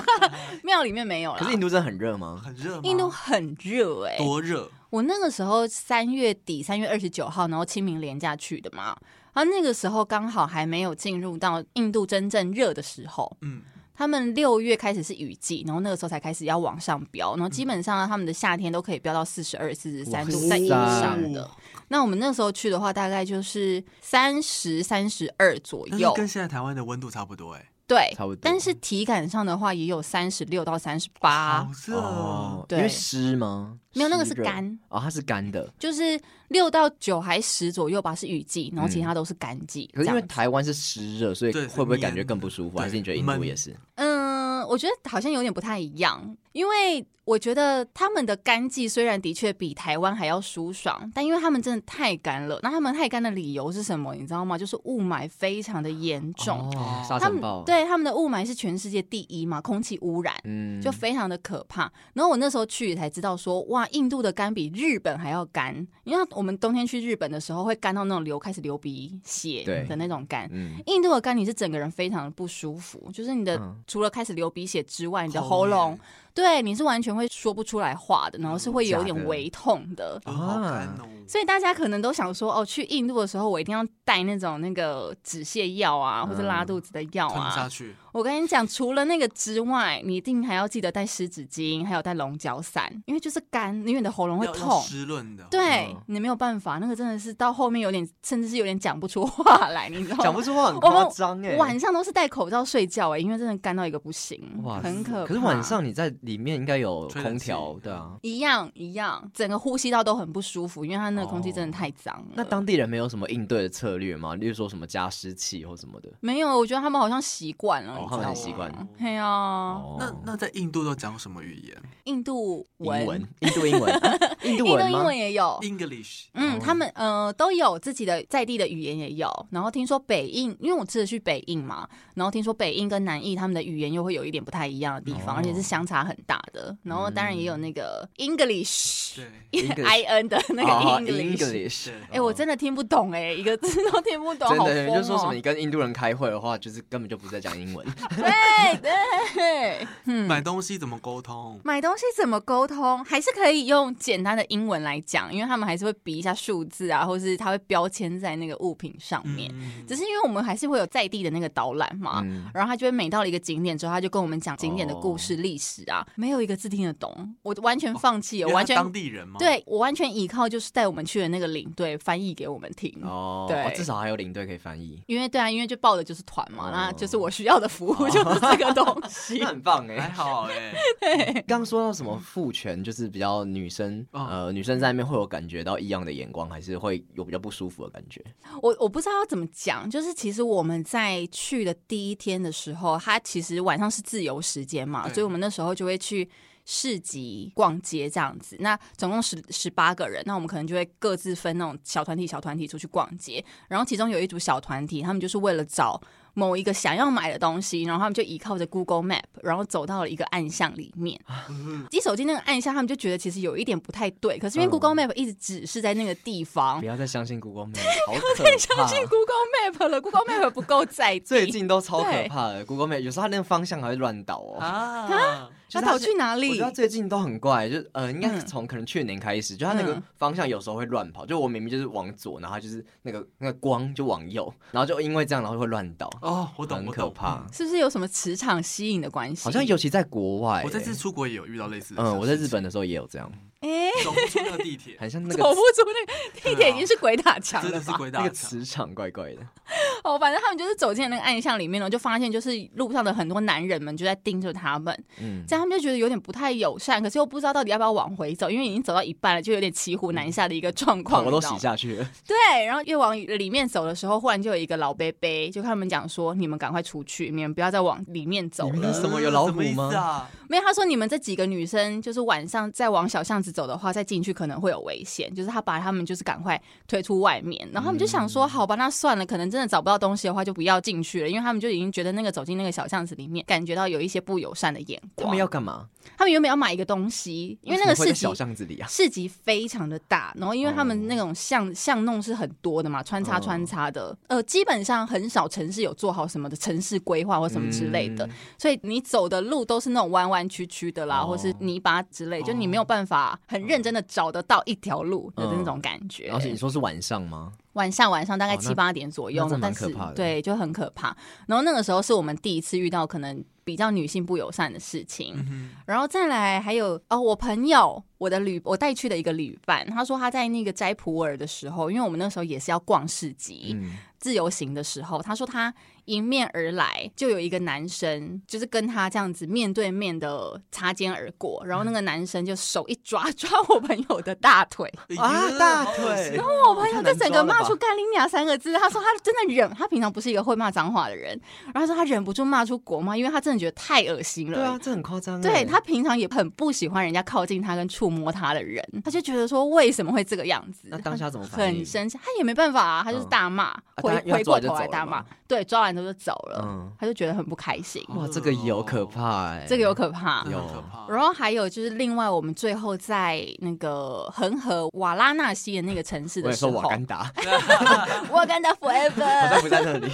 Speaker 1: 庙里面没有啦。
Speaker 3: 可是印度真的很热吗？
Speaker 2: 很热吗，
Speaker 1: 印度很热哎、
Speaker 2: 多热，
Speaker 1: 我那个时候三月底，三月二十九号，然后清明连假去的嘛，然后那个时候刚好还没有进入到印度真正热的时候，
Speaker 2: 嗯，
Speaker 1: 他们六月开始是雨季，然后那个时候才开始要往上飙，然后基本上他们的夏天都可以飙到四十二、四十三度在以上的。那我们那时候去的话，大概就是三十三十二左
Speaker 2: 但是
Speaker 1: 右，
Speaker 2: 跟现在台湾的温度差不多哎，
Speaker 1: 对
Speaker 3: 啊差不多，
Speaker 1: 但是体感上的话也有三十六到三十八
Speaker 2: 好，热哦，
Speaker 1: 对
Speaker 3: 因为湿吗？
Speaker 1: 没有那个是
Speaker 3: 湿热
Speaker 1: 干
Speaker 3: 哦，它是干的。
Speaker 1: 就是六到九还十左右吧，是雨季，然后其他都是干季。
Speaker 3: 嗯可是因
Speaker 1: 这
Speaker 3: 为
Speaker 1: 样
Speaker 3: 台湾是湿热，所以
Speaker 2: 对
Speaker 3: 会不会感
Speaker 2: 是
Speaker 3: 觉
Speaker 2: 黏
Speaker 3: 更不舒服？啊还
Speaker 2: 对
Speaker 3: 是你觉得印度
Speaker 2: 闷
Speaker 3: 也是？
Speaker 1: 嗯，我觉得好像有点不太一样，因为我觉得他们的干季虽然的确比台湾还要舒爽，但因为他们真的太干了。那他们太干的理由是什么？你知道吗？就是雾霾非常的严重。
Speaker 3: 哦，沙
Speaker 1: 他
Speaker 3: 尘
Speaker 1: 们
Speaker 3: 暴。，
Speaker 1: 对他们的雾霾是全世界第一嘛，空气污染。
Speaker 3: 嗯
Speaker 1: 就非常的可怕。然后我那时候去才知道说，哇，印度的干比日本还要干，因为我们冬天去日本的时候会干到那种流开始流鼻血
Speaker 3: 对
Speaker 1: 的那种干。
Speaker 3: 嗯，
Speaker 1: 印度的干你是整个人非常的不舒服，就是你的、
Speaker 3: 嗯
Speaker 1: 除了开始流鼻血之外，你的
Speaker 2: 喉
Speaker 1: 喉
Speaker 2: 咙
Speaker 1: 咙对你是完全会说不出来话的，然后是会
Speaker 3: 嗯
Speaker 1: 有
Speaker 3: 假的
Speaker 1: 点微痛的。
Speaker 2: 都好干哦，
Speaker 1: 所以大家可能都想说，哦，去印度的时候我一定要带那种那个止泻药啊，或者
Speaker 3: 嗯
Speaker 1: 拉肚子的药
Speaker 2: 吞不
Speaker 1: 啊，
Speaker 2: 下去，
Speaker 1: 我跟你讲，除了那个之外，你一定还要记得带湿纸巾，还有带龙角散，因为就是干，因为你的喉咙会
Speaker 2: 要要
Speaker 1: 痛。
Speaker 2: 湿润的，
Speaker 1: 对
Speaker 3: 嗯
Speaker 1: 你没有办法，那个真的是到后面有点，甚至是有点讲不出话来，你知道吗？
Speaker 3: 讲不出话很
Speaker 1: 我们
Speaker 3: 夸张哎。
Speaker 1: 晚上都是戴口罩睡觉哎、因为真的干到一个不行，
Speaker 3: 哇
Speaker 1: 很可怕。嗯
Speaker 3: 可是晚上你在里面应该有
Speaker 2: 吹
Speaker 3: 空
Speaker 2: 冷气
Speaker 3: 调，对啊。
Speaker 1: 一样一样，整个呼吸道都很不舒服，因为它那个空气真的太脏了。
Speaker 3: 哦那当地人没有什么应对的策略吗？例如说什么加湿器或什么的？
Speaker 1: 没有，我觉得他们好像习惯了，
Speaker 3: 哦
Speaker 1: 你知
Speaker 3: 他们
Speaker 1: 道
Speaker 3: 很
Speaker 1: 吗？
Speaker 3: 习惯。
Speaker 1: 对啊，
Speaker 3: 哦
Speaker 2: 那那在印度都讲什么语言
Speaker 1: 印度
Speaker 3: 英
Speaker 1: 文
Speaker 3: 文，印度英文，啊印度
Speaker 1: 印
Speaker 3: 文
Speaker 1: 度
Speaker 3: 吗？
Speaker 1: 英文也有，
Speaker 2: ？English，
Speaker 1: 哦
Speaker 3: 哦
Speaker 1: 嗯，他们呃都有自己的在地的语言也有，然后听说北印，因为我这次去北印嘛，然后听说北印跟南印他们的语言又会有一点不太一样的地方，
Speaker 3: 哦嗯
Speaker 1: 而且是相差很大的。然后当然也有那个 English，
Speaker 2: 对
Speaker 3: English
Speaker 1: i n 的那
Speaker 3: 哦
Speaker 1: 个 English，
Speaker 3: English 哦
Speaker 2: 对
Speaker 1: 哎、我真的听不懂哎、一个字都听不懂，
Speaker 3: 真
Speaker 1: 好
Speaker 3: 的，
Speaker 1: 疯
Speaker 3: 就说什么
Speaker 1: 哦
Speaker 3: 你！跟印度人开会的话，就是根本就不是在讲英文。
Speaker 1: 对对，
Speaker 2: 买东西怎么沟通？
Speaker 1: 买东西怎么沟通，还是可以用简单的英文来讲，因为他们还是会比一下数字啊，或是他会标签在那个物品上面。
Speaker 2: 嗯
Speaker 1: 只是因为我们还是会有在地的那个导览嘛，
Speaker 3: 嗯
Speaker 1: 然后他就会每到了一个景点之后，他就跟我们讲景点的故
Speaker 2: 哦
Speaker 1: 事、历史啊，没有一个字听得懂，我完全放弃，
Speaker 2: 因
Speaker 1: 我
Speaker 2: 为
Speaker 1: 完
Speaker 2: 他
Speaker 1: 全
Speaker 2: 当地人吗？，
Speaker 1: 对我完全依靠就是带我们去的那个领队翻译给我们听。
Speaker 3: 哦，
Speaker 1: 嗯对
Speaker 3: 哦至少还有领队可以翻译，
Speaker 1: 因为对啊，因为就报的就是团嘛，
Speaker 3: 哦
Speaker 1: 那就是我需要的服务 就是这个东西
Speaker 3: 那。很棒
Speaker 2: 还
Speaker 3: 哎。
Speaker 2: 好 哎，
Speaker 3: 刚刚说到什么父权，就是比较女生，
Speaker 2: 哦
Speaker 3: 呃，女生在那边会有感觉到异样的眼光，还是会有比较不舒服的感觉？
Speaker 1: 我我不知道要怎么讲，就是其实我们在去的第一天的时候，它其实晚上是自由时间嘛，
Speaker 2: 对
Speaker 1: 所以我们那时候就会去市集逛街这样子。那总共十十八个人，那我们可能就会各自分那种小团体、小团体出去逛街。然后其中有一组小团体，他们就是为了找某一个想要买的东西，然后他们就依靠着 Google Map，然后走到了一个暗巷里面。一手机那个暗巷，他们就觉得其实有一点不太对，可是因为
Speaker 3: 嗯
Speaker 1: Google Map 一直指示在那个地方
Speaker 3: 不。要再相信 Google Map，好可
Speaker 1: 相信
Speaker 3: 怕。
Speaker 1: Google Map 了，Google Map 不够在地。
Speaker 3: 最近都超可
Speaker 1: 对
Speaker 3: 怕的，Google Map 有时候它那个方向还会乱导哦。
Speaker 2: 啊，
Speaker 3: 就是它
Speaker 1: 他跑去哪
Speaker 3: 我
Speaker 1: 里
Speaker 3: 觉得？他最近都很怪，就是呃，应该
Speaker 1: 嗯
Speaker 3: 从可能去年开始，就他那个
Speaker 1: 嗯
Speaker 3: 方向有时候会乱跑，就我明明就是往左，然后它就是那个那个光就往右，然后就因为这样，然后会乱倒，
Speaker 2: 哦，我懂，
Speaker 3: 很
Speaker 2: 我
Speaker 3: 可
Speaker 2: 懂，
Speaker 3: 怕
Speaker 2: 嗯。
Speaker 1: 是不是有什么磁场吸引的关系？
Speaker 3: 好像。尤其在国外、
Speaker 2: 我这次
Speaker 3: 欸
Speaker 2: 出国也有遇到类似的事
Speaker 3: 嗯，
Speaker 2: 情，
Speaker 3: 我在日本的时候也有这样，
Speaker 1: 哎、
Speaker 2: 走不出那个地铁，
Speaker 3: 很像那
Speaker 1: 走不
Speaker 3: 个
Speaker 1: 出那个地铁已经是鬼打墙
Speaker 2: 真
Speaker 1: 了
Speaker 2: 的是
Speaker 1: 吧？
Speaker 2: 鬼
Speaker 3: 那
Speaker 2: 打
Speaker 3: 个
Speaker 2: 墙。
Speaker 3: 磁场怪怪的，
Speaker 1: 哦，反正他们就是走进了那个暗巷里面了，就发现就是路上的很多男人们就在盯着他们，
Speaker 3: 嗯，
Speaker 1: 在他们就觉得有点不太友善，可是又不知道到底要不要往回走，因为已经走到一半了，就有点骑虎难下的一个状况。
Speaker 3: 我都
Speaker 1: 你知道
Speaker 3: 洗
Speaker 1: 吗
Speaker 3: 下去了。
Speaker 1: 对，啊然后越往里面走的时候，忽然就有一个老伯伯就跟他们讲说：“你们赶快出去，你们不要再往里面走
Speaker 3: 你们
Speaker 1: 了。
Speaker 3: 是什么有老虎吗
Speaker 2: 什意思啊？”
Speaker 1: 没有，他说你们这几个女生就是晚上再往小巷子走的话，再进去可能会有危险。就是他把他们就是赶快推出外面，然后他们就想
Speaker 3: 嗯
Speaker 1: 说：“好吧，那算了，可能真的找不到东西的话，就不要进去了，因为他们就已经觉得那个走进那个小巷子里面，感觉到有一些不友善的眼
Speaker 3: 他
Speaker 1: 光。
Speaker 3: 们要干嘛？
Speaker 1: 他们原本要买一个东西，因为那个
Speaker 3: 为什么会
Speaker 1: 市
Speaker 3: 在
Speaker 1: 集
Speaker 3: 小巷子里啊，
Speaker 1: 市集非常的大，然后因为他们那种巷、巷弄是很多的嘛，穿插
Speaker 3: 哦
Speaker 1: 穿插的，呃，基本上很少城市有做好什么的城市规划或什么之类的，
Speaker 3: 嗯
Speaker 1: 所以你走的路都是那种弯弯曲曲的啦，
Speaker 3: 哦
Speaker 1: 或是泥巴之类，
Speaker 2: 哦
Speaker 1: 就你没有办法很认真的找得到一条路的那种感觉。
Speaker 3: 而且你说是晚上吗？
Speaker 1: 晚上晚上大概
Speaker 3: 哦哦那
Speaker 1: 七八点左右，
Speaker 3: 那真的蛮
Speaker 1: 但
Speaker 3: 可
Speaker 1: 是
Speaker 3: 怕的
Speaker 1: 对，就很可怕。然后那个时候是我们第一次遇到可能比较女性不友善的事情，
Speaker 2: 嗯
Speaker 1: 然后再来还有哦，我朋友我的旅我带去的一个旅伴，他说他在那个斋普尔的时候，因为我们那时候也是要逛市集、
Speaker 3: 嗯，
Speaker 1: 自由行的时候，他说他迎面而来就有一个男生，就是跟他这样子面对面的擦肩而过，然后那个男生就手一抓抓我朋友的大 腿，
Speaker 2: 哼
Speaker 3: 啊
Speaker 2: 哎呀
Speaker 3: 大
Speaker 2: 好恶
Speaker 3: 腿
Speaker 2: 心
Speaker 3: 然
Speaker 1: 我朋友就整个骂出“干你娘”三个字，他说他真的忍，他平常不是一个会骂脏话的人，然后他说他忍不住骂出国骂，因为他真的觉得太恶心了，
Speaker 3: 对啊，这很夸张欸。
Speaker 1: 对他平常也很不喜欢人家靠近他跟触摸他的人，他就觉得说为什么会这个样子？
Speaker 3: 那当下怎么反应
Speaker 1: 很生气，他也没办法啊，他就是大骂，回
Speaker 3: 啊当然
Speaker 1: 回过
Speaker 3: 要抓就
Speaker 1: 头来
Speaker 3: 走了
Speaker 1: 大骂
Speaker 3: 嘛，
Speaker 1: 对，抓完之后就走了，
Speaker 3: 嗯
Speaker 1: 他就觉得很不开心，
Speaker 3: 哇，这个有可怕哎，
Speaker 1: 哦这个有可怕。
Speaker 2: 真的
Speaker 3: 有
Speaker 2: 很可怕
Speaker 1: 然后还有就是，另外我们最后在那个恒河瓦拉纳西的那个城市
Speaker 3: 我
Speaker 1: 的
Speaker 3: 也
Speaker 1: 时
Speaker 3: 说
Speaker 1: 候，
Speaker 3: 瓦干 达，
Speaker 1: 我跟他 forever，
Speaker 3: 好像不在那里。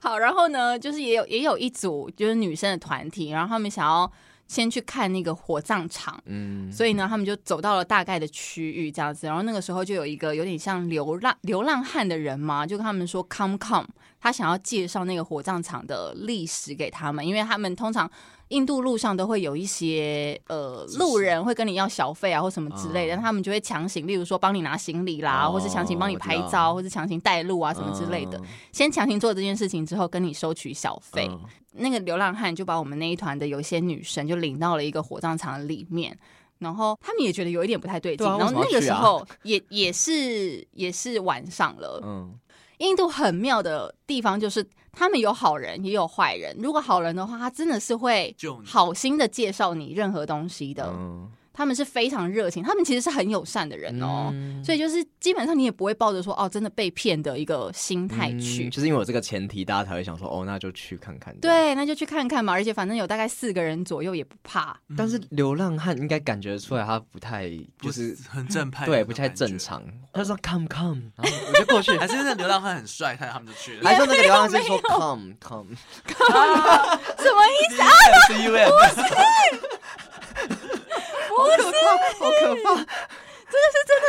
Speaker 1: 好，然后呢，就是也有也有一组就是女生的团体，然后他们想要先去看那个火葬场。
Speaker 3: 嗯，
Speaker 1: 所以呢，他们就走到了大概的区域这样子，然后那个时候就有一个有点像流浪流浪汉的人嘛，就跟他们说 “come come”，他想要介绍那个火葬场的历史给他们，因为他们通常印度路上都会有一些呃路人会跟你要小费啊或什么之类的，
Speaker 3: 嗯
Speaker 1: 他们就会强行，例如说帮你拿行李啦，
Speaker 3: 哦
Speaker 1: 或是强行帮你
Speaker 3: 我知
Speaker 1: 拍
Speaker 3: 道
Speaker 1: 照，或是强行带路啊什么之类的，
Speaker 3: 嗯
Speaker 1: 先强行做这件事情之后跟你收取小费。
Speaker 3: 嗯
Speaker 1: 那个流浪汉就把我们那一团的有一些女生就领到了一个火葬场里面，然后他们也觉得有一点不太对劲，
Speaker 3: 对啊
Speaker 1: 然后那个
Speaker 3: 为什么
Speaker 1: 时
Speaker 3: 要去啊
Speaker 1: 候也也是也是晚上了。
Speaker 3: 嗯，
Speaker 1: 印度很妙的地方就是他们有好人也有坏人，如果好人的话，他真的是会
Speaker 2: 救你
Speaker 1: 好心的介绍你任何东西的，
Speaker 3: 嗯
Speaker 1: 他们是非常热情，他们其实是很友善的人哦。
Speaker 3: 嗯
Speaker 1: 所以就是基本上你也不会抱着说哦真的被骗的一个心态去，
Speaker 3: 嗯就是因为有这个前提，大家才会想说，哦，那就去看看。，
Speaker 1: 对，那就去看看嘛。而且反正有大概四个人左右，也不怕。
Speaker 3: 但是流浪汉应该感觉出来，他不太就
Speaker 2: 嗯不
Speaker 3: 是
Speaker 2: 是很正派，
Speaker 3: 对，不太正。常。他 就说 come come，然
Speaker 1: 啊
Speaker 3: 后 我就过去，
Speaker 2: 还是那流浪汉很帅，他他们就去了。哎
Speaker 3: 还说那个流浪汉是说 come come，
Speaker 1: 什么意思？
Speaker 3: 是因为
Speaker 1: 不是，
Speaker 3: 好可 怕。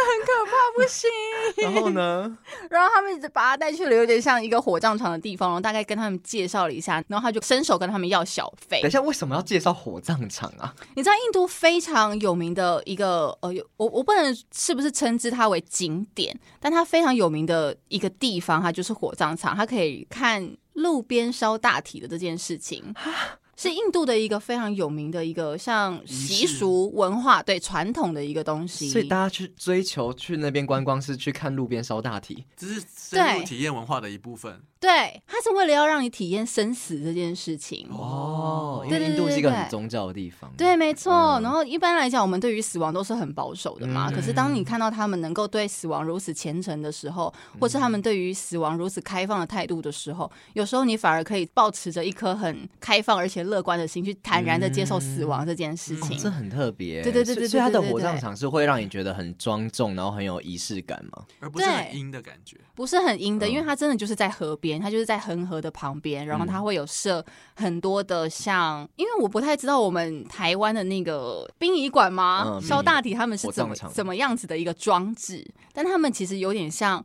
Speaker 1: 很可怕，不行。
Speaker 3: 然后呢，
Speaker 1: 然后他们就把他带去了，有点像一个火葬场的地方，然后大概跟他们介绍了一下，然后他就伸手跟他们要小费
Speaker 3: 等一。下为什么要介绍火葬场啊？
Speaker 1: 你知道印度非常有名的一个呃，有我我不能是不是称之它为景点，但它非常有名的一个地方，它就是火葬场，它可以看路边烧大体的这件事 情。是印度的一个非常有名的一个像习俗文化对传统的一个东西，
Speaker 3: 所以大家去追求去那边观光是去看路边烧大体，
Speaker 2: 这是深入
Speaker 1: 对
Speaker 2: 体验文化的一部分。
Speaker 1: 对，它是为了要让你体验生死这件事情。
Speaker 3: 哦，因
Speaker 1: 对
Speaker 3: 为
Speaker 1: 对
Speaker 3: 印度
Speaker 1: 对
Speaker 3: 是一个
Speaker 1: 对
Speaker 3: 很宗教的地方。
Speaker 1: 对，没错。
Speaker 3: 嗯
Speaker 1: 然后一般来讲，我们对于死亡都是很保守的嘛。
Speaker 3: 嗯
Speaker 1: 可是当你看到他们能够对死亡如此虔诚的时候，
Speaker 3: 嗯
Speaker 1: 或是他们对于死亡如此开放的态度的时候，有时候你反而可以保持着一颗很开放而且乐观的心，去坦然的接受死亡这件事
Speaker 3: 哦
Speaker 1: 情。
Speaker 3: 这很特别欸。
Speaker 1: 对对对对
Speaker 3: 所以所以它
Speaker 1: 对
Speaker 3: 的
Speaker 1: 对对
Speaker 3: 火葬
Speaker 1: 对
Speaker 3: 场是会让你觉得很庄重，然后很有仪式感嘛。
Speaker 2: 而不是很
Speaker 1: 对
Speaker 2: 阴的感觉。
Speaker 1: 不是很阴的，
Speaker 3: 嗯
Speaker 1: 因为它真的就是在河边，它就是在恒河的旁边，然后它会有设很多的像，因为我不太知道我们台湾的那个殡仪馆吗？
Speaker 3: 嗯
Speaker 1: 烧、大体他们是怎么
Speaker 3: 火葬场
Speaker 1: 怎么样子的一个装置，但他们其实有点像，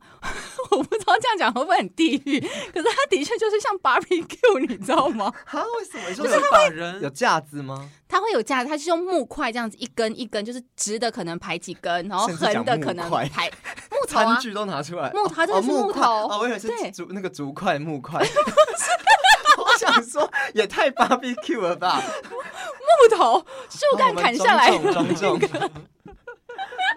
Speaker 1: 我不知道这样讲会不会很地狱，可是它的确就是像 barbecue，你知道吗？
Speaker 3: 啊？为什么？
Speaker 2: 不是把人
Speaker 3: 有架子吗？
Speaker 1: 它会有架子，它是用木块这样子一根一根，就是直的可能排几根，然后
Speaker 3: 甚至讲
Speaker 1: 横的可能
Speaker 3: 木块
Speaker 1: 排 木头啊
Speaker 3: 餐，具都拿出来，
Speaker 1: 木头它真的是木头
Speaker 3: 哦，我以为是
Speaker 1: 对
Speaker 3: 竹那个竹块 木块。我想说，也太 barbecue 了吧？哦
Speaker 1: 木头树干砍下来，
Speaker 3: 我们庄重庄 重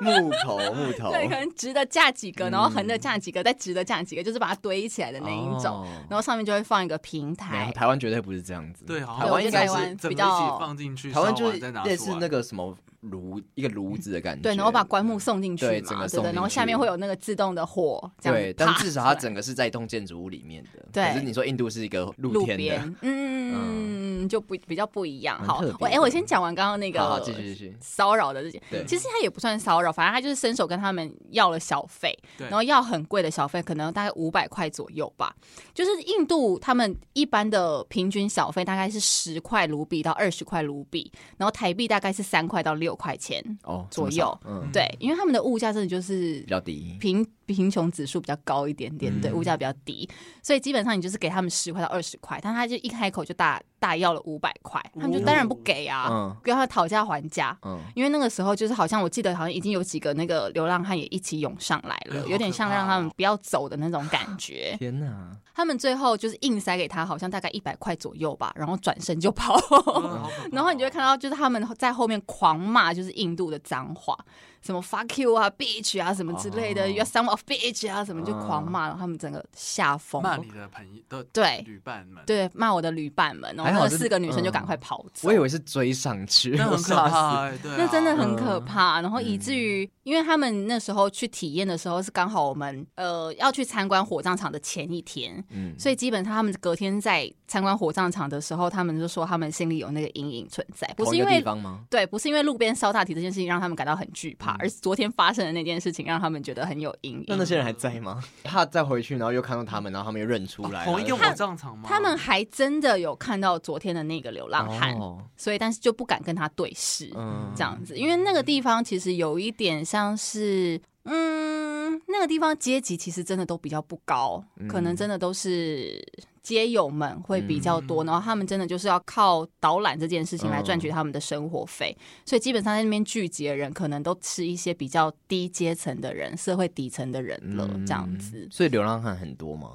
Speaker 3: 木头木头，
Speaker 1: 对，可能直的架几
Speaker 3: 嗯
Speaker 1: 个，然后横的架几个，再直的架几个，就是把它堆起来的那一种。
Speaker 3: 哦
Speaker 1: 然后上面就会放一个平
Speaker 3: 没有
Speaker 1: 台，
Speaker 3: 台湾绝对不是这样子，
Speaker 2: 对，好像
Speaker 3: 台湾应该
Speaker 1: 我觉得台
Speaker 3: 是
Speaker 1: 湾
Speaker 2: 整
Speaker 1: 比
Speaker 2: 个一起
Speaker 1: 较
Speaker 2: 放进去，
Speaker 3: 台湾
Speaker 2: 烧
Speaker 3: 就
Speaker 2: 完
Speaker 3: 是
Speaker 2: 再拿
Speaker 3: 类
Speaker 2: 出
Speaker 3: 似
Speaker 2: 来
Speaker 3: 那个什么炉一个炉子的感觉，
Speaker 1: 对，然后把棺木送进去
Speaker 3: 对整
Speaker 1: 嘛，
Speaker 3: 个
Speaker 1: 对
Speaker 3: 送
Speaker 1: 对，
Speaker 3: 进
Speaker 1: 然后下面
Speaker 3: 去
Speaker 1: 会有那个自动的火，这样
Speaker 3: 对，但
Speaker 1: 啪
Speaker 3: 至少它
Speaker 1: 出来
Speaker 3: 整个是在一栋建筑物里面的，
Speaker 1: 对
Speaker 3: 可是你说印度是一个露
Speaker 1: 路
Speaker 3: 天
Speaker 1: 边
Speaker 3: 的，，
Speaker 1: 嗯，就不比较不一样。
Speaker 3: 蛮
Speaker 1: 好
Speaker 3: 特别，
Speaker 1: 我哎，
Speaker 3: 的
Speaker 1: 我先讲完刚刚那
Speaker 3: 好好
Speaker 1: 个
Speaker 3: 继续继续，
Speaker 1: 骚扰的这件，
Speaker 3: 对，
Speaker 1: 其实他也不算骚扰，反正他就是伸手跟他们要了小费，
Speaker 2: 对
Speaker 1: 然后要很贵的小费，可能大概五百块左右吧。就是印度他们一般的平均小费大概是十块卢比到二十块卢比，然后台币大概是三块到六块钱。
Speaker 3: 哦
Speaker 1: 左
Speaker 3: 这么少
Speaker 1: 右
Speaker 3: 嗯，
Speaker 1: 对，因为他们的物价真的就是
Speaker 3: 比较低，
Speaker 1: 贫贫穷指数比较高一点点，对，
Speaker 3: 嗯
Speaker 1: 物价比较低，所以基本上你就是给他们十块到二十块，但他就一开口就大大要了五百块，他们就当然不给啊，
Speaker 3: 嗯
Speaker 1: 跟他讨价还价。
Speaker 3: 嗯，
Speaker 1: 因为那个时候就是好像我记得好像已经有几个那个流浪汉也一起涌上来
Speaker 2: 哎呦
Speaker 1: 了，
Speaker 2: 好
Speaker 1: 有点像
Speaker 2: 可怕哦
Speaker 1: 让他们不要走的那种感 觉。
Speaker 3: 天哪，
Speaker 1: 他们最后就是硬塞给他好像大概一百块左右吧，然后转身就跑。
Speaker 2: 嗯好可怕哦
Speaker 1: 然后你就会看到，就是他们在后面狂骂，就是印度的脏话，什么 fuck you 啊，bitch 啊，什么之类的、
Speaker 3: 哦
Speaker 1: y o u r e son of bitch 啊，什么就狂骂，然后他们整个吓疯。
Speaker 2: 嗯骂
Speaker 3: 哦
Speaker 2: 你的朋友的
Speaker 1: 对
Speaker 2: 旅伴们，
Speaker 1: 对，骂我的旅伴们，然后
Speaker 3: 还好
Speaker 1: 那
Speaker 3: 是
Speaker 1: 四个女
Speaker 2: 嗯
Speaker 1: 生就赶快跑走。
Speaker 3: 我以为是追上去，
Speaker 2: 那
Speaker 3: 我
Speaker 2: 很可
Speaker 3: 吓死
Speaker 2: 怕哎，对啊，
Speaker 1: 那真的很可怕。
Speaker 3: 嗯
Speaker 1: 然后以至于，因为他们那时候去体验的时候是刚好我们呃要去参观火葬场的前一天，
Speaker 3: 嗯
Speaker 1: 所以基本上他们隔天在参观火葬场的时候，他们就说他们心里有那个阴影存在，不
Speaker 3: 同
Speaker 1: 是
Speaker 3: 一
Speaker 1: 因
Speaker 3: 个地
Speaker 1: 为。
Speaker 3: 方吗？
Speaker 1: 对，不是因为路边烧大体这件事情让他们感到很惧怕，而是昨天发生的那件事情让他们觉得很有阴
Speaker 3: 嗯那那
Speaker 1: 影。
Speaker 3: 些人还在吗？ 他再回去，然后又看到他们，然后他们又认出来，
Speaker 2: 哦
Speaker 3: 哦
Speaker 2: 同一个
Speaker 3: 然后
Speaker 2: 火葬场吗？
Speaker 1: 他们还真的有看到昨天的那个流浪汉，
Speaker 3: 哦
Speaker 1: 所以但是就不敢跟他对视。
Speaker 3: 嗯
Speaker 1: 这样子，因为那个地方其实有一点像是，嗯，那个地方阶级其实真的都比较不高，可能真的都是街友们会比较多，
Speaker 2: 嗯
Speaker 1: 然后他们真的就是要靠导览这件事情来赚取
Speaker 3: 嗯
Speaker 1: 他们的生活费，所以基本上在那边聚集的人，可能都是一些比较低阶层的人、社会底层的人了，这样子
Speaker 3: 嗯。所以流浪汉很多吗？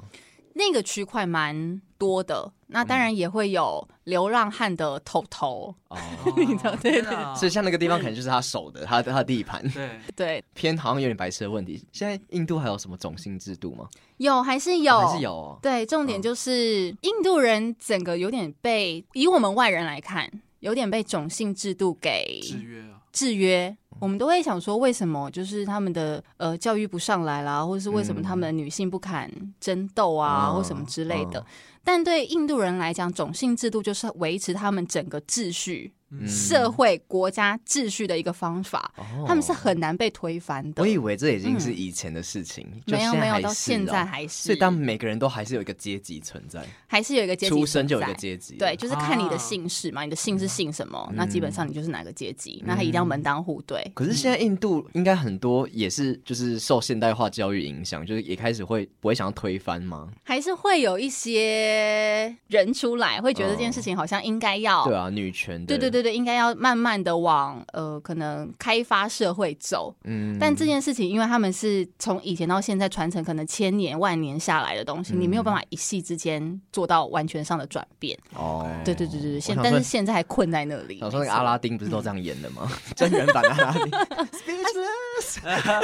Speaker 1: 那个区块蛮多的，那当然也会有流浪汉的头头，
Speaker 3: 哦，
Speaker 2: 你知道对对
Speaker 3: 所以像那个地方可能就是他守的，他他的地 盘。
Speaker 2: 对，
Speaker 1: 对，
Speaker 3: 偏好像有点白痴的问题。现在印度还有什么种姓制度吗？
Speaker 1: 有还是有，
Speaker 3: 还是有哦。
Speaker 1: 对，重点就是、印度人整个有点被，以我们外人来看，有点被种姓制度给
Speaker 2: 制约啊，
Speaker 1: 制约。我们都会想说，为什么就是他们的呃教育不上来啦，或者是为什么他们的女性不敢争斗啊，
Speaker 3: 嗯
Speaker 1: 或什么之类的。但对印度人来讲，种姓制度就是维持他们整个秩序、
Speaker 2: 嗯
Speaker 1: 社会、国家秩序的一个方法，
Speaker 3: 哦
Speaker 1: 他们是很难被推翻的
Speaker 3: 我。以为这已经是以前的事情，就
Speaker 1: 没有
Speaker 3: 现在
Speaker 1: 没有，
Speaker 3: 还
Speaker 1: 到
Speaker 3: 是
Speaker 1: 现在
Speaker 3: 哦
Speaker 1: 还是，
Speaker 3: 所以当每个人都还是有一个阶级存在，
Speaker 1: 还是有一个阶级
Speaker 3: 出生就有一
Speaker 1: 存
Speaker 3: 个
Speaker 1: 在
Speaker 3: 阶级。
Speaker 1: 对，，就是看你的
Speaker 2: 啊
Speaker 1: 姓氏嘛，你的姓是姓什么，那基本上你就是哪个阶级，那他一定
Speaker 3: 嗯
Speaker 1: 要门当户对。
Speaker 3: 可是现在印度应该很多也是就是受现代化教育影响，就是也开始会不会想要推翻吗？
Speaker 1: 还是会有一些人出来会觉得这件事情好像应该要，
Speaker 3: 哦对啊，女权的。
Speaker 1: 哦对对，对对，应该要慢慢的往呃可能开发社会走。
Speaker 3: 嗯
Speaker 1: 但这件事情，因为他们是从以前到现在传承可能千年万年下来的东西，你没有
Speaker 3: 嗯
Speaker 1: 办法一夕之间做到完全上的转变。
Speaker 3: 哦，
Speaker 1: 对对对对对，
Speaker 3: 我
Speaker 1: 现
Speaker 3: 想说
Speaker 1: 但是现在还困在那里。
Speaker 3: 想说那
Speaker 1: 没
Speaker 3: 个
Speaker 1: 错
Speaker 3: 阿拉丁不是都这样演的吗？
Speaker 1: 嗯
Speaker 3: 真人版阿拉丁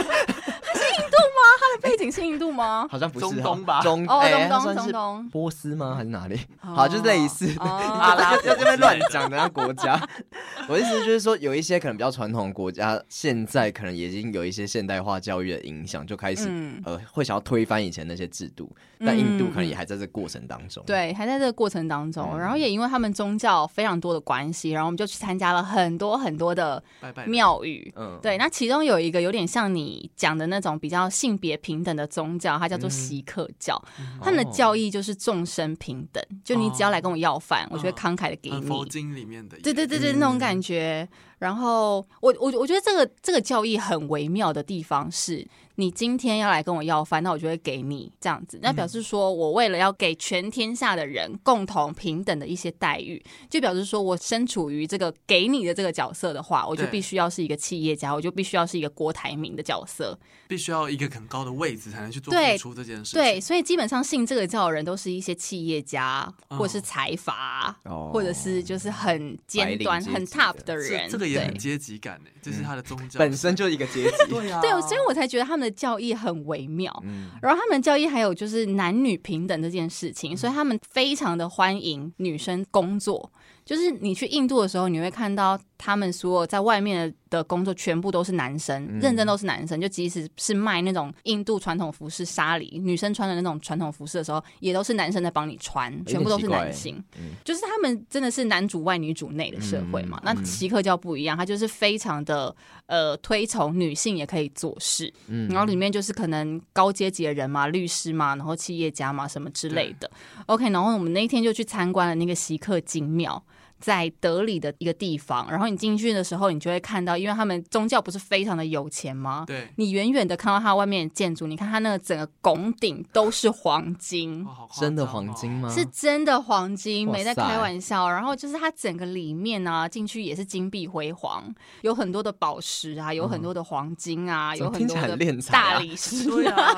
Speaker 1: 他的背景是印度 吗？
Speaker 3: 好像不是
Speaker 2: 中东吧
Speaker 3: 中
Speaker 1: 哦
Speaker 3: 哎
Speaker 1: 中东
Speaker 3: 它算是
Speaker 1: 中东
Speaker 3: 波斯吗？还是哪里？
Speaker 1: 哦
Speaker 3: 好，就是类似
Speaker 1: 哦
Speaker 3: 阿拉在这边乱 讲的那国家。 我的意思就是说，有一些可能比较传统的国家，现在可能已经有一些现代化教育的影响，就开始、
Speaker 1: 嗯
Speaker 3: 呃会想要推翻以前那些制度。但印度可能也还在这过程当中。，
Speaker 1: 对，还在这个过程当中，然
Speaker 2: 嗯
Speaker 1: 后也因为他们宗教非常多的关系，然后我们就去参加了很多很多的
Speaker 2: 拜拜的
Speaker 1: 庙宇。
Speaker 3: 嗯，
Speaker 1: 对，那其中有一个有点像你讲的那种比较性别平等的宗教，它叫
Speaker 2: 嗯
Speaker 1: 做锡克教。
Speaker 3: 哦
Speaker 1: 他
Speaker 2: 哦
Speaker 1: 们的教义就是众生平等，就你只要来跟我要饭，我就会慷慨的给
Speaker 2: 哦很佛
Speaker 1: 你。
Speaker 2: 经里面的耶，
Speaker 3: 嗯
Speaker 1: 对对对对，那种感觉。然后我我我觉得这个这个教义很微妙的地方是，你今天要来跟我要饭，那我就会给你这样子。那表
Speaker 3: 嗯
Speaker 1: 示说我为了要给全天下的人共同平等的一些待遇，就表示说我身处于这个给你的这个角色的话，我就
Speaker 2: 对
Speaker 1: 必须要是一个企业家，我就必须要是一个郭台铭的角色。
Speaker 2: 必须要一个很高的位置才能去做
Speaker 1: 对
Speaker 2: 付出这件事情。
Speaker 1: 对，，所以基本上信这个教的人都是一些企业家，或者是财阀，
Speaker 3: 哦
Speaker 1: 或者是就是很尖
Speaker 3: 白领
Speaker 1: 端、
Speaker 3: 阶级的
Speaker 1: 很 top 的人。
Speaker 2: 这这个也很
Speaker 1: 对
Speaker 2: 阶级感呢，欸这是他的宗教
Speaker 3: 本身就一个阶级，
Speaker 2: 对啊，
Speaker 1: 对，所以我才觉得他们的教义很微妙。
Speaker 3: 哦嗯，
Speaker 1: 然后他们的教义还有就是男女平等这件事
Speaker 3: 嗯
Speaker 1: 情，所以他们非常的欢迎女生工作。就是你去印度的时候，你会看到他们所有在外面的工作全部都是男生，
Speaker 3: 嗯
Speaker 1: 认真都是男生。就即使是卖那种印度传统服饰纱丽，女生穿的那种传统服饰的时候，也都是男生在帮你穿，
Speaker 3: 哎
Speaker 1: 全部都是男性。
Speaker 3: 嗯
Speaker 1: 就是他们真的是男主外女主内的社会嘛。
Speaker 3: 嗯嗯
Speaker 1: 那锡克教不一样，他就是非常的呃推崇女性也可以做事。
Speaker 3: 嗯
Speaker 1: 然后里面就是可能高阶级的人嘛，律师嘛，然后企业家嘛，什么之类的。OK，然后我们那一天就去参观了那个锡克金庙。在德里的一个地方，然后你进去的时候，你就会看到，因为他们宗教不是非常的有钱吗？
Speaker 2: 对，
Speaker 1: 你远远的看到它外面的建筑，你看它那个整个拱顶都是黄金，
Speaker 2: 哇好夸张哦
Speaker 3: 真的黄金吗？
Speaker 1: 是真的黄金，
Speaker 3: 嗯哇
Speaker 1: 没在
Speaker 3: 塞
Speaker 1: 开玩笑。然后就是它整个里面啊，进去也是金碧辉煌，有很多的宝石啊，有很多的黄金啊，
Speaker 3: 嗯怎
Speaker 1: 有
Speaker 3: 么
Speaker 1: 很
Speaker 3: 听
Speaker 1: 多
Speaker 3: 起来
Speaker 1: 的
Speaker 3: 很敛财
Speaker 1: 大
Speaker 3: 啊
Speaker 1: 理石、
Speaker 2: 对 啊，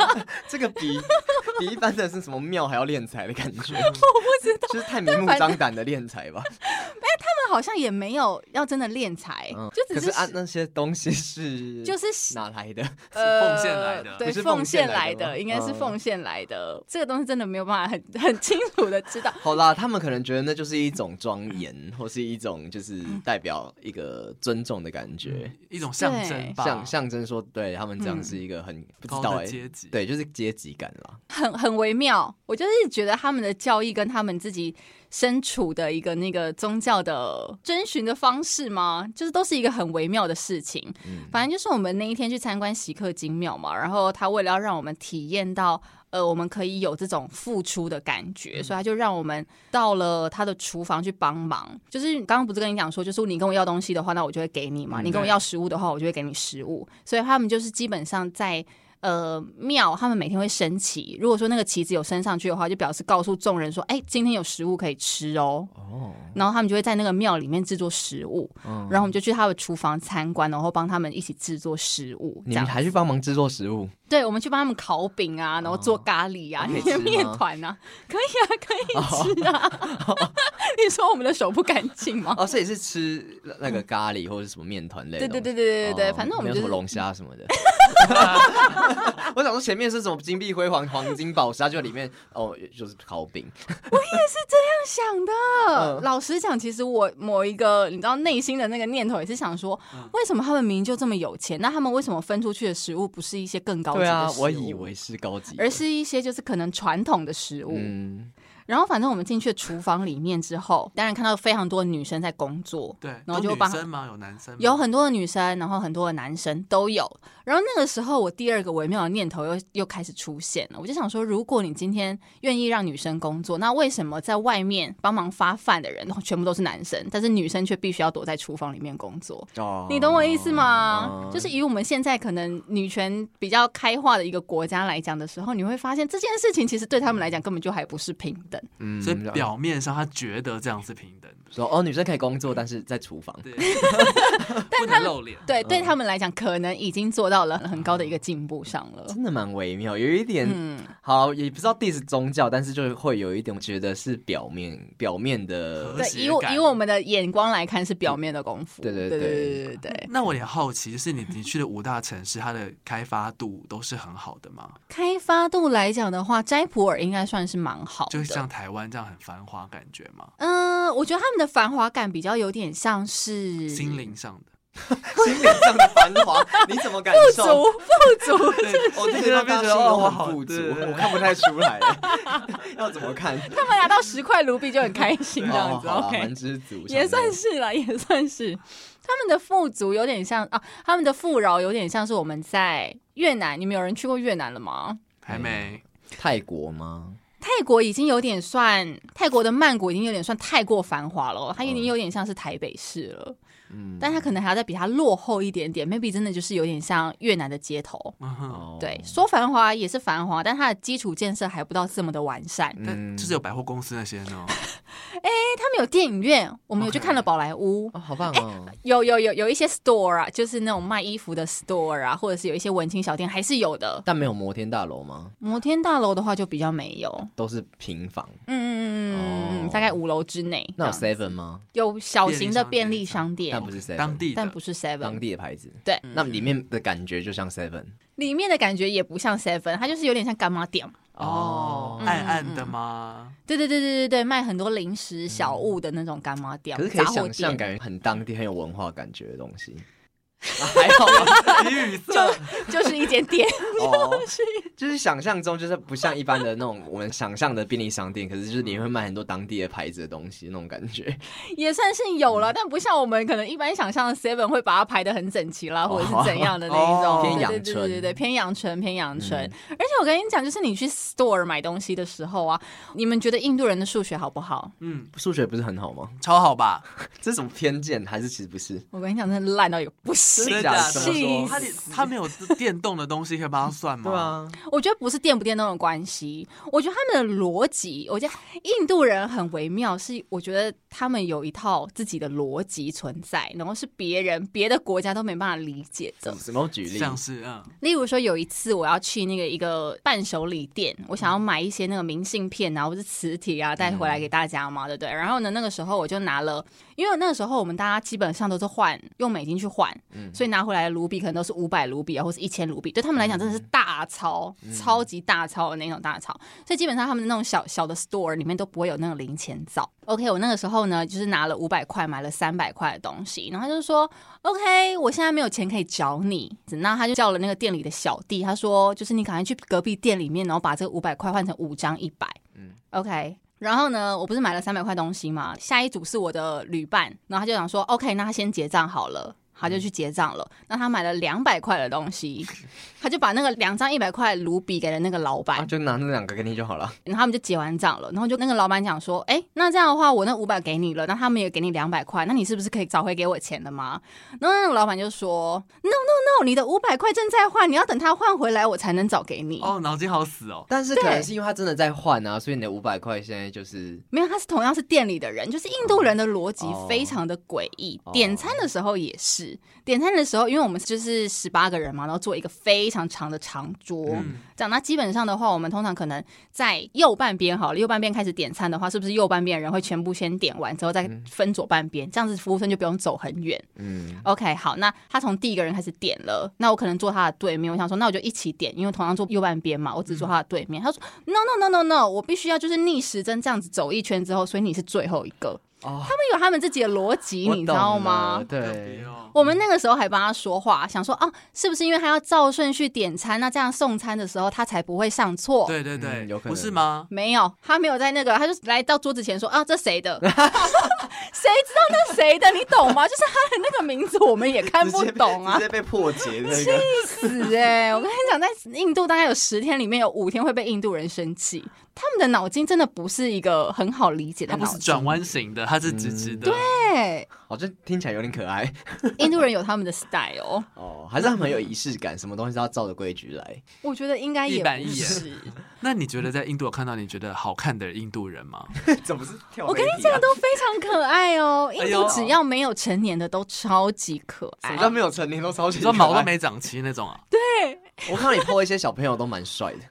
Speaker 3: 这个比 比一般的是什么庙还要敛财的感 觉，我不知道，就是太明目张胆的敛财吧。
Speaker 1: 那好像也没有要真的练财，
Speaker 3: 嗯，
Speaker 1: 就只
Speaker 3: 可
Speaker 1: 是
Speaker 3: 是按那些东西是
Speaker 1: 就是
Speaker 3: 哪来的？
Speaker 2: 呃奉献来的
Speaker 1: 呃对，
Speaker 3: 不是
Speaker 1: 奉
Speaker 3: 奉献
Speaker 1: 献
Speaker 3: 来
Speaker 1: 来
Speaker 3: 的吗
Speaker 1: 的，应该是
Speaker 3: 嗯
Speaker 1: 奉献来的。这个东西真的没有办法很很清楚的知道，
Speaker 3: 好啦，他们可能觉得那就是一种庄严，或是一种就是
Speaker 1: 嗯
Speaker 3: 代表一个尊重的感觉，
Speaker 2: 一种嗯象征吧，
Speaker 3: 象象征说对他们这
Speaker 1: 嗯
Speaker 3: 样是一个很、不知
Speaker 2: 高
Speaker 3: 道
Speaker 2: 的
Speaker 3: 哎、
Speaker 2: 阶级。
Speaker 3: 对，就是阶级感啦。
Speaker 1: 很很微妙。我就是觉得他们的教义跟他们自己身处的一个那个宗教的遵循的方式吗？就是都是一个很微妙的事情。
Speaker 3: 嗯，
Speaker 1: 反正就是我们那一天去参观喜克金庙嘛，然后他为了要让我们体验到，呃，我们可以有这种付出的感
Speaker 2: 嗯
Speaker 1: 觉，所以他就让我们到了他的厨房去帮忙。就是刚刚不是跟你讲说，就是你跟我要东西的话，那我就会给你嘛；
Speaker 2: 嗯
Speaker 1: 你跟我
Speaker 2: 对
Speaker 1: 要食物的话，我就会给你食物。所以他们就是基本上在。呃，庙他们每天会升旗，如果说那个旗子有升上去的话，就表示告诉众人说，哎、今天有食物可以吃哦。
Speaker 3: 哦，
Speaker 1: 然后他们就会在那个庙里面制作食物，
Speaker 3: 嗯
Speaker 1: 然后我们就去他的厨房参观，然后帮他们一起制作食物，这
Speaker 3: 你们
Speaker 1: 样。
Speaker 3: 还去帮忙制作食物，
Speaker 1: 对，我们去帮他们烤饼啊，然后做咖喱啊，
Speaker 3: 哦可以吃
Speaker 1: 面
Speaker 3: 吗
Speaker 1: 面团啊，可以啊，可以吃啊。 你说我们的手不干净吗？
Speaker 3: 哦哦，所以是吃那个咖喱或者什么面团类的东
Speaker 1: 对嗯对
Speaker 3: 西。
Speaker 1: 对对对对，
Speaker 3: 哦
Speaker 1: 反正我
Speaker 3: 没
Speaker 1: 们
Speaker 3: 有
Speaker 1: 就
Speaker 3: 什
Speaker 1: 是
Speaker 3: 么龙虾什么 的。我想说前面是什么金碧辉煌、黄金宝石，它就里面哦就是烤饼，
Speaker 1: 想的。
Speaker 3: 嗯
Speaker 1: 老实讲，其实我某一个你知道内心的那个念头也是想说，
Speaker 3: 嗯
Speaker 1: 为什么他们明明就这么有钱，那他们为什么分出去的食物不是一些更高级的
Speaker 3: 对
Speaker 1: 食
Speaker 3: 啊，
Speaker 1: 物？
Speaker 3: 我以。为是高级的，
Speaker 1: 而是一些就是可能传统的食物，
Speaker 3: 嗯，
Speaker 1: 然后反正我们进去厨房里面之后，当然看到非常多的女生在工作，
Speaker 3: 嗯
Speaker 2: 对，
Speaker 1: 然后
Speaker 2: 有
Speaker 1: 就
Speaker 2: 女
Speaker 1: 帮
Speaker 2: 生吗？有男生吗？
Speaker 1: 有很多的女生，然后很多的男生都有。然后那个时候，我第二个微妙的念头又又开始出现了。我就想说，如果你今天愿意让女生工作，那为什么在外面帮忙发饭的人全部都是男生，但是女生却必须要躲在厨房里面工作？
Speaker 3: 哦
Speaker 1: 你懂我意思吗？
Speaker 3: 哦
Speaker 1: 就是以我们现在可能女权比较开化的一个国家来讲的时候，你会发现这件事情其实对他们来讲根本就还不是平等。
Speaker 3: 嗯
Speaker 2: 所以表面上他觉得这样是平等的，
Speaker 3: 说哦，女生可以工作，但是在厨房。
Speaker 2: 对，不能露脸。
Speaker 1: 对，
Speaker 3: 嗯
Speaker 1: 对他们来讲，可能已经做到了很高的一个进步上了。
Speaker 3: 真的蛮微妙，有一点、
Speaker 1: 嗯，
Speaker 3: 好，也不知道 diss 宗教，但是就是会有一点觉得是表面表面的
Speaker 2: 和
Speaker 1: 对，
Speaker 2: 谐
Speaker 1: 以我
Speaker 2: 感
Speaker 1: 以我们的眼光来看是表面的功夫。
Speaker 3: 对对
Speaker 1: 对
Speaker 3: 对
Speaker 1: 对对对对
Speaker 2: 那我也好奇，就是你你去的五大城市，它的开发度都是很好的吗？
Speaker 1: 开发度来讲的话，斋普尔应该算是蛮好
Speaker 2: 就是
Speaker 1: 的。
Speaker 2: 像台湾这样很繁华感觉吗？
Speaker 1: 嗯、我觉得他们的繁华感比较有点像是
Speaker 3: 嗯
Speaker 2: 心灵上 的，
Speaker 3: 心理上的繁 华，你怎么感
Speaker 1: 不足
Speaker 3: 受？哦
Speaker 1: 不足，
Speaker 3: 我就
Speaker 2: 觉
Speaker 3: 觉
Speaker 2: 得
Speaker 3: 得
Speaker 2: 哦大
Speaker 3: 大家
Speaker 2: 家
Speaker 3: 心里
Speaker 2: 心里都
Speaker 3: 都
Speaker 2: 很
Speaker 3: 很
Speaker 2: 富
Speaker 3: 富
Speaker 2: 足
Speaker 3: 足，
Speaker 2: 我
Speaker 3: 我看不太出来， 要怎么看？
Speaker 1: 他们拿到十块卢比就很开心这样子。
Speaker 3: 哦好啦
Speaker 1: OK，
Speaker 3: 蛮知足，
Speaker 1: 也算
Speaker 3: 是
Speaker 1: 是啦，也算是。他们的富足有点像啊，他们的富饶有点像是我们在越南。你们有人去过越南了吗？
Speaker 2: 还
Speaker 3: 嗯
Speaker 2: 没
Speaker 3: 泰国吗？
Speaker 1: 泰国已经有点算泰国的曼谷已经有点算太过繁华了哦，它已经有点像是台北市了。
Speaker 3: 嗯
Speaker 1: 但他可能还要再比他落后一点点，maybe 真的就是有点像越南的街头。
Speaker 2: 嗯哼，
Speaker 3: 哦
Speaker 1: 对，说繁华也是繁华，但它的基础建设还不到这么的完善。
Speaker 3: 嗯
Speaker 2: 但就是有百货公司那些呢，
Speaker 1: 哎，他们有电影院，我们有去
Speaker 2: OK
Speaker 1: 看了宝莱坞
Speaker 3: 哦，好棒哦！
Speaker 1: 有有有有一些 store 啊，就是那种卖衣服的 store 啊，或者是有一些文青小店还是有的。
Speaker 3: 但没有摩天大楼吗？
Speaker 1: 摩天大楼的话就比较没有，
Speaker 3: 都是平房。
Speaker 1: 嗯嗯嗯嗯嗯，
Speaker 3: 哦
Speaker 1: 大概五楼之内。
Speaker 3: 那有
Speaker 1: 这样
Speaker 3: Seven 吗？
Speaker 1: 有小型的便
Speaker 2: 便
Speaker 1: 利
Speaker 2: 利
Speaker 1: 商
Speaker 2: 商
Speaker 1: 店
Speaker 3: 但， 不是 Seven，
Speaker 2: 当地的
Speaker 1: 但不是 Seven
Speaker 3: 当。地的牌子。
Speaker 1: 对，
Speaker 3: 那里面的感觉就像 Seven
Speaker 1: 里面的感觉也不像 Seven，它就是有点像干妈店。
Speaker 2: 哦，暗暗的吗？
Speaker 1: 对对对对对对，卖很多零食小物的那种干妈店，
Speaker 3: 可是可
Speaker 1: 杂
Speaker 3: 以
Speaker 1: 货
Speaker 3: 想象，
Speaker 1: 店
Speaker 3: 感觉很当地、很有文化感觉的东 西。啊还好吧，
Speaker 2: 语塞，
Speaker 1: 就是一间店。
Speaker 3: 哦，就是想象中就是不像一般的那种我们想象的便利商店，可是就是你会卖很多当地的牌子的东西那种感觉。
Speaker 1: 也算是有了，但不像我们可能一般想象的 Seven 会把它排的很整齐啦，或者是怎样的那一种
Speaker 2: 哦
Speaker 1: 对
Speaker 3: 偏阳
Speaker 1: 对
Speaker 3: 春
Speaker 1: 对对对，偏阳春，偏阳春。而且我跟你讲，就是你去 store 买东西的时候啊，你们觉得印度人的数学好不好？
Speaker 2: 嗯，
Speaker 3: 数学不是很好吗？
Speaker 2: 超好吧？
Speaker 3: 这种偏见还是其实不是？
Speaker 1: 我跟你讲，真的烂到一个不行。
Speaker 3: 真
Speaker 2: 真
Speaker 3: 的
Speaker 2: 假
Speaker 3: 假
Speaker 2: 的
Speaker 3: 的？
Speaker 2: 怎
Speaker 3: 怎
Speaker 2: 么
Speaker 3: 么说
Speaker 2: 说？他他哦没有电动的东西可以帮他算吗？
Speaker 3: 对， 啊，
Speaker 1: 我觉得不是电不电动的关系，我觉得他们的逻辑，我觉得印度人很微妙，是我觉得他们有一套自己的逻辑存在，然后是别人别的国家都没办法理解的
Speaker 3: 哦怎。什么举例？
Speaker 2: 像是嗯，
Speaker 1: 例如说，有一次我要去那个一个伴手礼店，我想要买一些那个明信片啊，或是磁铁啊，带回来给大家嘛，对不对？然后呢，那个时候我就拿了，因为那个时候我们大家基本上都是换用美金去换，所以拿回来的卢比可能都是五百卢比啊，或是一千卢比，对他们来讲真的是大钞，超级大钞的那种大钞。所以基本上他们的那种小小的 store 里面都不会有那个零钱皂。OK，我那个时候呢，就是拿了五百块买了三百块的东西，然后他就说 OK，我现在没有钱可以找你，那他就叫了那个店里的小弟，他说就是你赶快去隔壁店里面，然后把这个五百块换成五张一百，嗯，OK。然后呢，我不是买了三百块东西嘛？下一组是我的旅伴，然后他就想说，OK，那他先结账好了，他就去结账了。那他买了两百块的东西，他就把那个两张一百块卢比给了那个老板
Speaker 3: 啊，，就拿那两个给你就好了。
Speaker 1: 然后他们就结完账了，然后就那个老板讲说，哎，那这样的话，我那五百给你了，那他们也给你两百块，那你是不是可以找回给我钱了吗？然后那个老板就说，No No No，你的五百块正在换，你要等他换回来，我才能找给你。
Speaker 2: 哦，脑筋好死哦，
Speaker 3: 但是可
Speaker 1: 对
Speaker 3: 能是因为他真的在换啊，所以你的五百块现在就是
Speaker 1: 没有，他是同样是店里的人，就是印度人的逻辑
Speaker 3: 哦
Speaker 1: 非常的诡异。
Speaker 3: 哦
Speaker 1: 点餐的时候也是，点餐的时候，因为我们就是十八个人嘛，然后做一个非常长的长桌，
Speaker 2: 嗯
Speaker 1: 这样那基本上的话，我们通常可能在右半边好了，右半边开始点餐的话，是不是右半边的人会全部先点完之后再分左半边？这样子服务生就不用走很远。
Speaker 3: 嗯
Speaker 1: OK，好，那他从第一个人开始点了，那我可能坐他的对面，我想说，那我就一起点，因为同样坐右半边嘛，我只
Speaker 3: 嗯
Speaker 1: 坐他的对面。他说，No No No No No，我必须要就是逆时针这样子走一圈之后，所以你是最后一个。
Speaker 3: 哦
Speaker 1: 他们有他们自己的逻辑，你知道吗
Speaker 3: 我懂了？对，
Speaker 2: 哦，
Speaker 1: 我们那个时候还帮他说话，想说啊，是不是因为他要照顺序点餐，那这样送餐的时候他才不会上错？
Speaker 2: 对对对，
Speaker 3: 嗯有可能
Speaker 2: 不是吗？
Speaker 1: 没有，他没有在那个，他就来到桌子前说啊，这谁的？ 谁知道那谁的？你懂吗？就是他的那个名字我们也看不懂啊
Speaker 3: 直，接被破解 那个。
Speaker 1: 死哎、我跟你讲，在印度大概有十天里面有五天会被印度人生气，他们的脑筋真的不是一个很好理解的
Speaker 2: 它
Speaker 1: 脑
Speaker 2: 不是
Speaker 1: 筋。
Speaker 2: 转弯型的，它是直直的。
Speaker 1: 对，
Speaker 3: 好像听起来有点可爱
Speaker 1: 印度人有他们的 style 哦。
Speaker 3: 哦，还是他们很有仪式感，什么东西都要照着规矩来。
Speaker 1: 我觉得应该也
Speaker 2: 一板一
Speaker 1: 不
Speaker 2: 眼
Speaker 1: 是，
Speaker 2: 那你觉得在印度有看到你觉得好看的印度人吗？
Speaker 3: 怎么是跳、啊
Speaker 1: 我跟你讲，都非常可爱哦。印度只要没有成年的都超级可
Speaker 3: 什
Speaker 1: 爱
Speaker 3: 哎么，叫没有成年都超级
Speaker 2: 你说毛都没长齐那种啊？
Speaker 3: 可爱？我看到你 PO 一些小朋友都蛮帅的，
Speaker 1: 对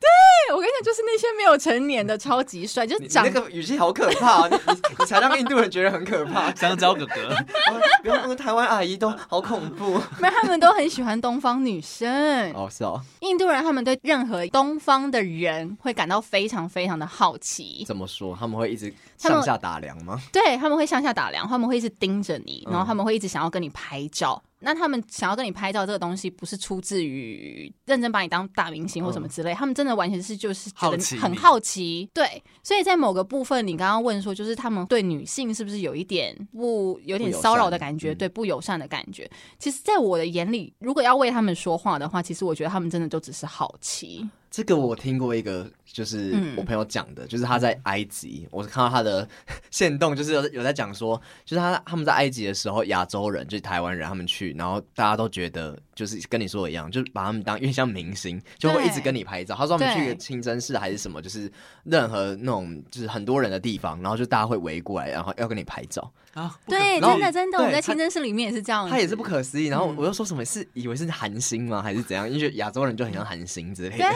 Speaker 1: 哎我跟你讲，就是那些没有成年的超级帅，就是
Speaker 3: 你你
Speaker 1: 长
Speaker 3: 那个语气好可 怕、啊，你你你才让印度人觉得很可 怕。
Speaker 2: 香蕉哥哥，
Speaker 3: 哦不要，那个台湾阿姨都好恐怖。
Speaker 1: 没有他们都很喜欢东方女生。
Speaker 3: 哦，是哦，
Speaker 1: 印度人他们对任何东方的人会感到非常非常的好奇，
Speaker 3: 怎么说？他们会一直
Speaker 1: 他们
Speaker 3: 上下打量吗？
Speaker 1: 对他们会向下打量，他们会一直盯着你，
Speaker 3: 嗯
Speaker 1: 然后他们会一直想要跟你拍照。那他们想要跟你拍照这个东西，不是出自于认真把你当大明星或什么之
Speaker 3: 哦
Speaker 1: 类，他们真的完全是就是觉得
Speaker 2: 好奇你
Speaker 1: 很好奇。对，所以在某个部分，你刚刚问说，就是他们对女性是不是有一点不有点
Speaker 3: 不友善
Speaker 1: 骚扰的感觉，
Speaker 3: 嗯
Speaker 1: 对不友善的感觉？其实，在我的眼里，如果要为他们说话的话，其实我觉得他们真的都只是好奇。
Speaker 3: 这个我听过一个，就是
Speaker 1: 嗯
Speaker 3: 我朋友讲的，就是他在埃及，我看到他的 线动，就是有有在讲说，就是他他们在埃及的时候，亚洲人就是台湾人，他们去，然后大家都觉得就是跟你说的一样，就是把他们当因为像明星，就会一直跟你拍照。他说他们去一个
Speaker 1: 对
Speaker 3: 清真寺还是什么，就是任何那种就是很多人的地方，然后就大家会围过来，然后要跟你拍照。
Speaker 2: 啊，不可
Speaker 1: 对，
Speaker 3: 然后
Speaker 1: 真的真的，
Speaker 3: 对
Speaker 1: 我们在
Speaker 3: 他
Speaker 1: 清真寺里面也是这样子，
Speaker 3: 他也是不可思议，然后
Speaker 1: 嗯
Speaker 3: 我就说什么是以为是韩星吗，还是怎样？因为亚洲人就很像韩星之类的
Speaker 1: 对。啊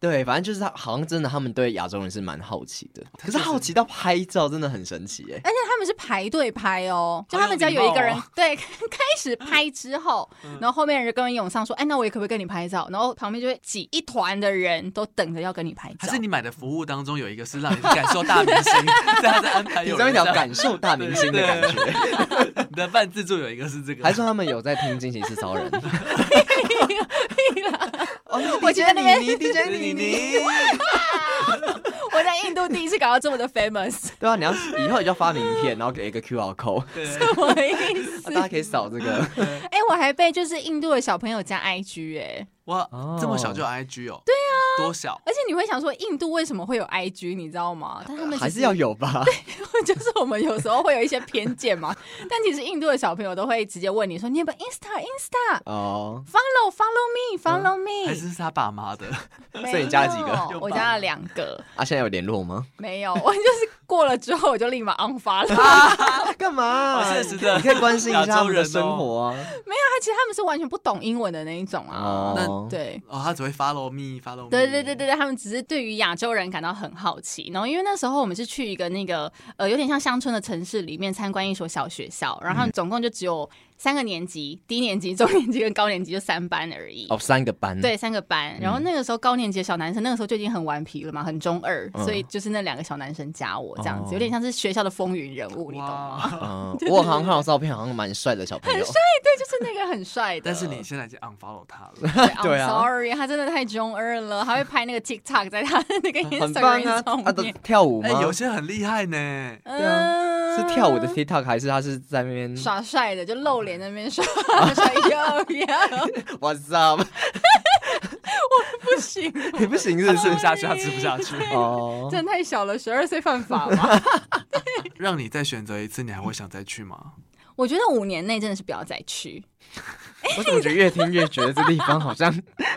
Speaker 3: 对，反正就是他好像真的，他们对亚洲人是蛮好奇的，可是
Speaker 2: 就是
Speaker 3: 好奇到拍照真的很神奇哎、
Speaker 1: 而且他们是排队拍哦，就他们只要有一个人、对 开始拍之后，然后后面人就跟人涌上说：“哎，那我也可不可以跟你拍照？”然后旁边就会挤一团的人都等着要跟你拍
Speaker 2: 还
Speaker 1: 照
Speaker 2: 是。你买的服务当中有一个是让你感受大明星，这样在安排
Speaker 3: 你
Speaker 2: 有
Speaker 3: 上面条
Speaker 2: 人这样
Speaker 3: 感受大明星的感觉，
Speaker 2: 你的半自助有一个是这个，
Speaker 3: 还说他们有在听《惊奇是超 人》哦，那个
Speaker 1: 我觉得
Speaker 3: DJ
Speaker 1: 那边
Speaker 3: 妮妮 DJ 妮
Speaker 2: 妮
Speaker 3: 妮，
Speaker 2: 妮，
Speaker 1: 我在印度第一次感到这么的 famous，
Speaker 3: 对啊，你要以后你就要发名片，然后给一个 QR code，
Speaker 2: 对
Speaker 1: 什么意思？
Speaker 3: 大家可以扫这个。
Speaker 1: 哎、我还被就是印度的小朋友加 IG 哎、
Speaker 2: 哇
Speaker 3: 哦，
Speaker 2: 这么小就有 IG 哦？对啊，多小？
Speaker 1: 而且你会想说印度为什么会有 IG，你知道吗？但他们
Speaker 3: 还
Speaker 1: 其
Speaker 3: 是
Speaker 1: 实
Speaker 3: 要有吧，
Speaker 1: 就是我们有时候会有一些偏见嘛，但其实印度的小朋友都会直接问你说你有没有 Insta Insta
Speaker 3: 哦，
Speaker 1: follow follow me follow
Speaker 2: 还
Speaker 1: me，、
Speaker 2: 是是他爸妈的？
Speaker 1: 没
Speaker 3: 所以你加了几个
Speaker 1: 有我加了两个，
Speaker 3: 啊，现在有联络吗？
Speaker 1: 没有，我就是过了之后我就立马 unfollow 了。
Speaker 3: 啊干嘛
Speaker 2: 哦好现实的
Speaker 3: 你可以关心一下
Speaker 2: 亚
Speaker 3: 他
Speaker 2: 洲
Speaker 3: 们
Speaker 2: 人
Speaker 3: 的
Speaker 2: 哦
Speaker 3: 生活啊。
Speaker 1: 他其实他们是完全不懂英文的那一种啊，
Speaker 3: 哦，
Speaker 1: 对。
Speaker 2: 哦，他只会 follow me，follow me。
Speaker 1: 对对对对对，他们只是对于亚洲人感到很好奇。然后因为那时候我们是去一个那个呃有点像乡村的城市里面参观一所小学校，然后他们总共就只有三个年级，低年级、中年级跟高年级就三班而已。
Speaker 3: 哦，三个班，
Speaker 1: 对，三个班，
Speaker 3: 嗯
Speaker 1: 然后那个时候高年级的小男生，那个时候就已经很顽皮了嘛，很中二，
Speaker 3: 嗯
Speaker 1: 所以就是那两个小男生加我这样
Speaker 3: 哦
Speaker 1: 子，有点像是学校的风云人物，你懂吗？
Speaker 2: 哇，
Speaker 3: 嗯，我好像看到照片，好像蛮帅的小朋 友。
Speaker 1: 对，就是那个很帅的。
Speaker 2: 但是你现在已经 unfollow 他了。
Speaker 3: 对
Speaker 1: 对
Speaker 3: 啊
Speaker 1: ，I'm sorry，他真的太中二了，还会拍那个 TikTok 在他的那 个
Speaker 3: 很棒
Speaker 1: Instagram
Speaker 3: 啊！
Speaker 1: 上
Speaker 3: 啊，都
Speaker 1: 面，
Speaker 3: 跳舞吗
Speaker 2: 哎，？有些很厉害呢。
Speaker 3: 对啊
Speaker 1: 嗯
Speaker 3: 是跳舞的哦 TikTok 还是他是在那边
Speaker 1: 耍帅的，就露脸在那边耍 帅，要不要？
Speaker 3: What's up？
Speaker 1: 不行，
Speaker 3: 你不行是
Speaker 2: 他
Speaker 3: 不
Speaker 2: 吃 不
Speaker 3: 是？
Speaker 2: 下去，他吃不下去。
Speaker 3: 哦，
Speaker 1: 真的太小了，十 二岁犯法嘛？
Speaker 2: 让你再选择一次，你还会想再去吗？
Speaker 1: 我觉得五年内真的是不要再去，
Speaker 3: 我怎么觉得越听越觉得这地方好像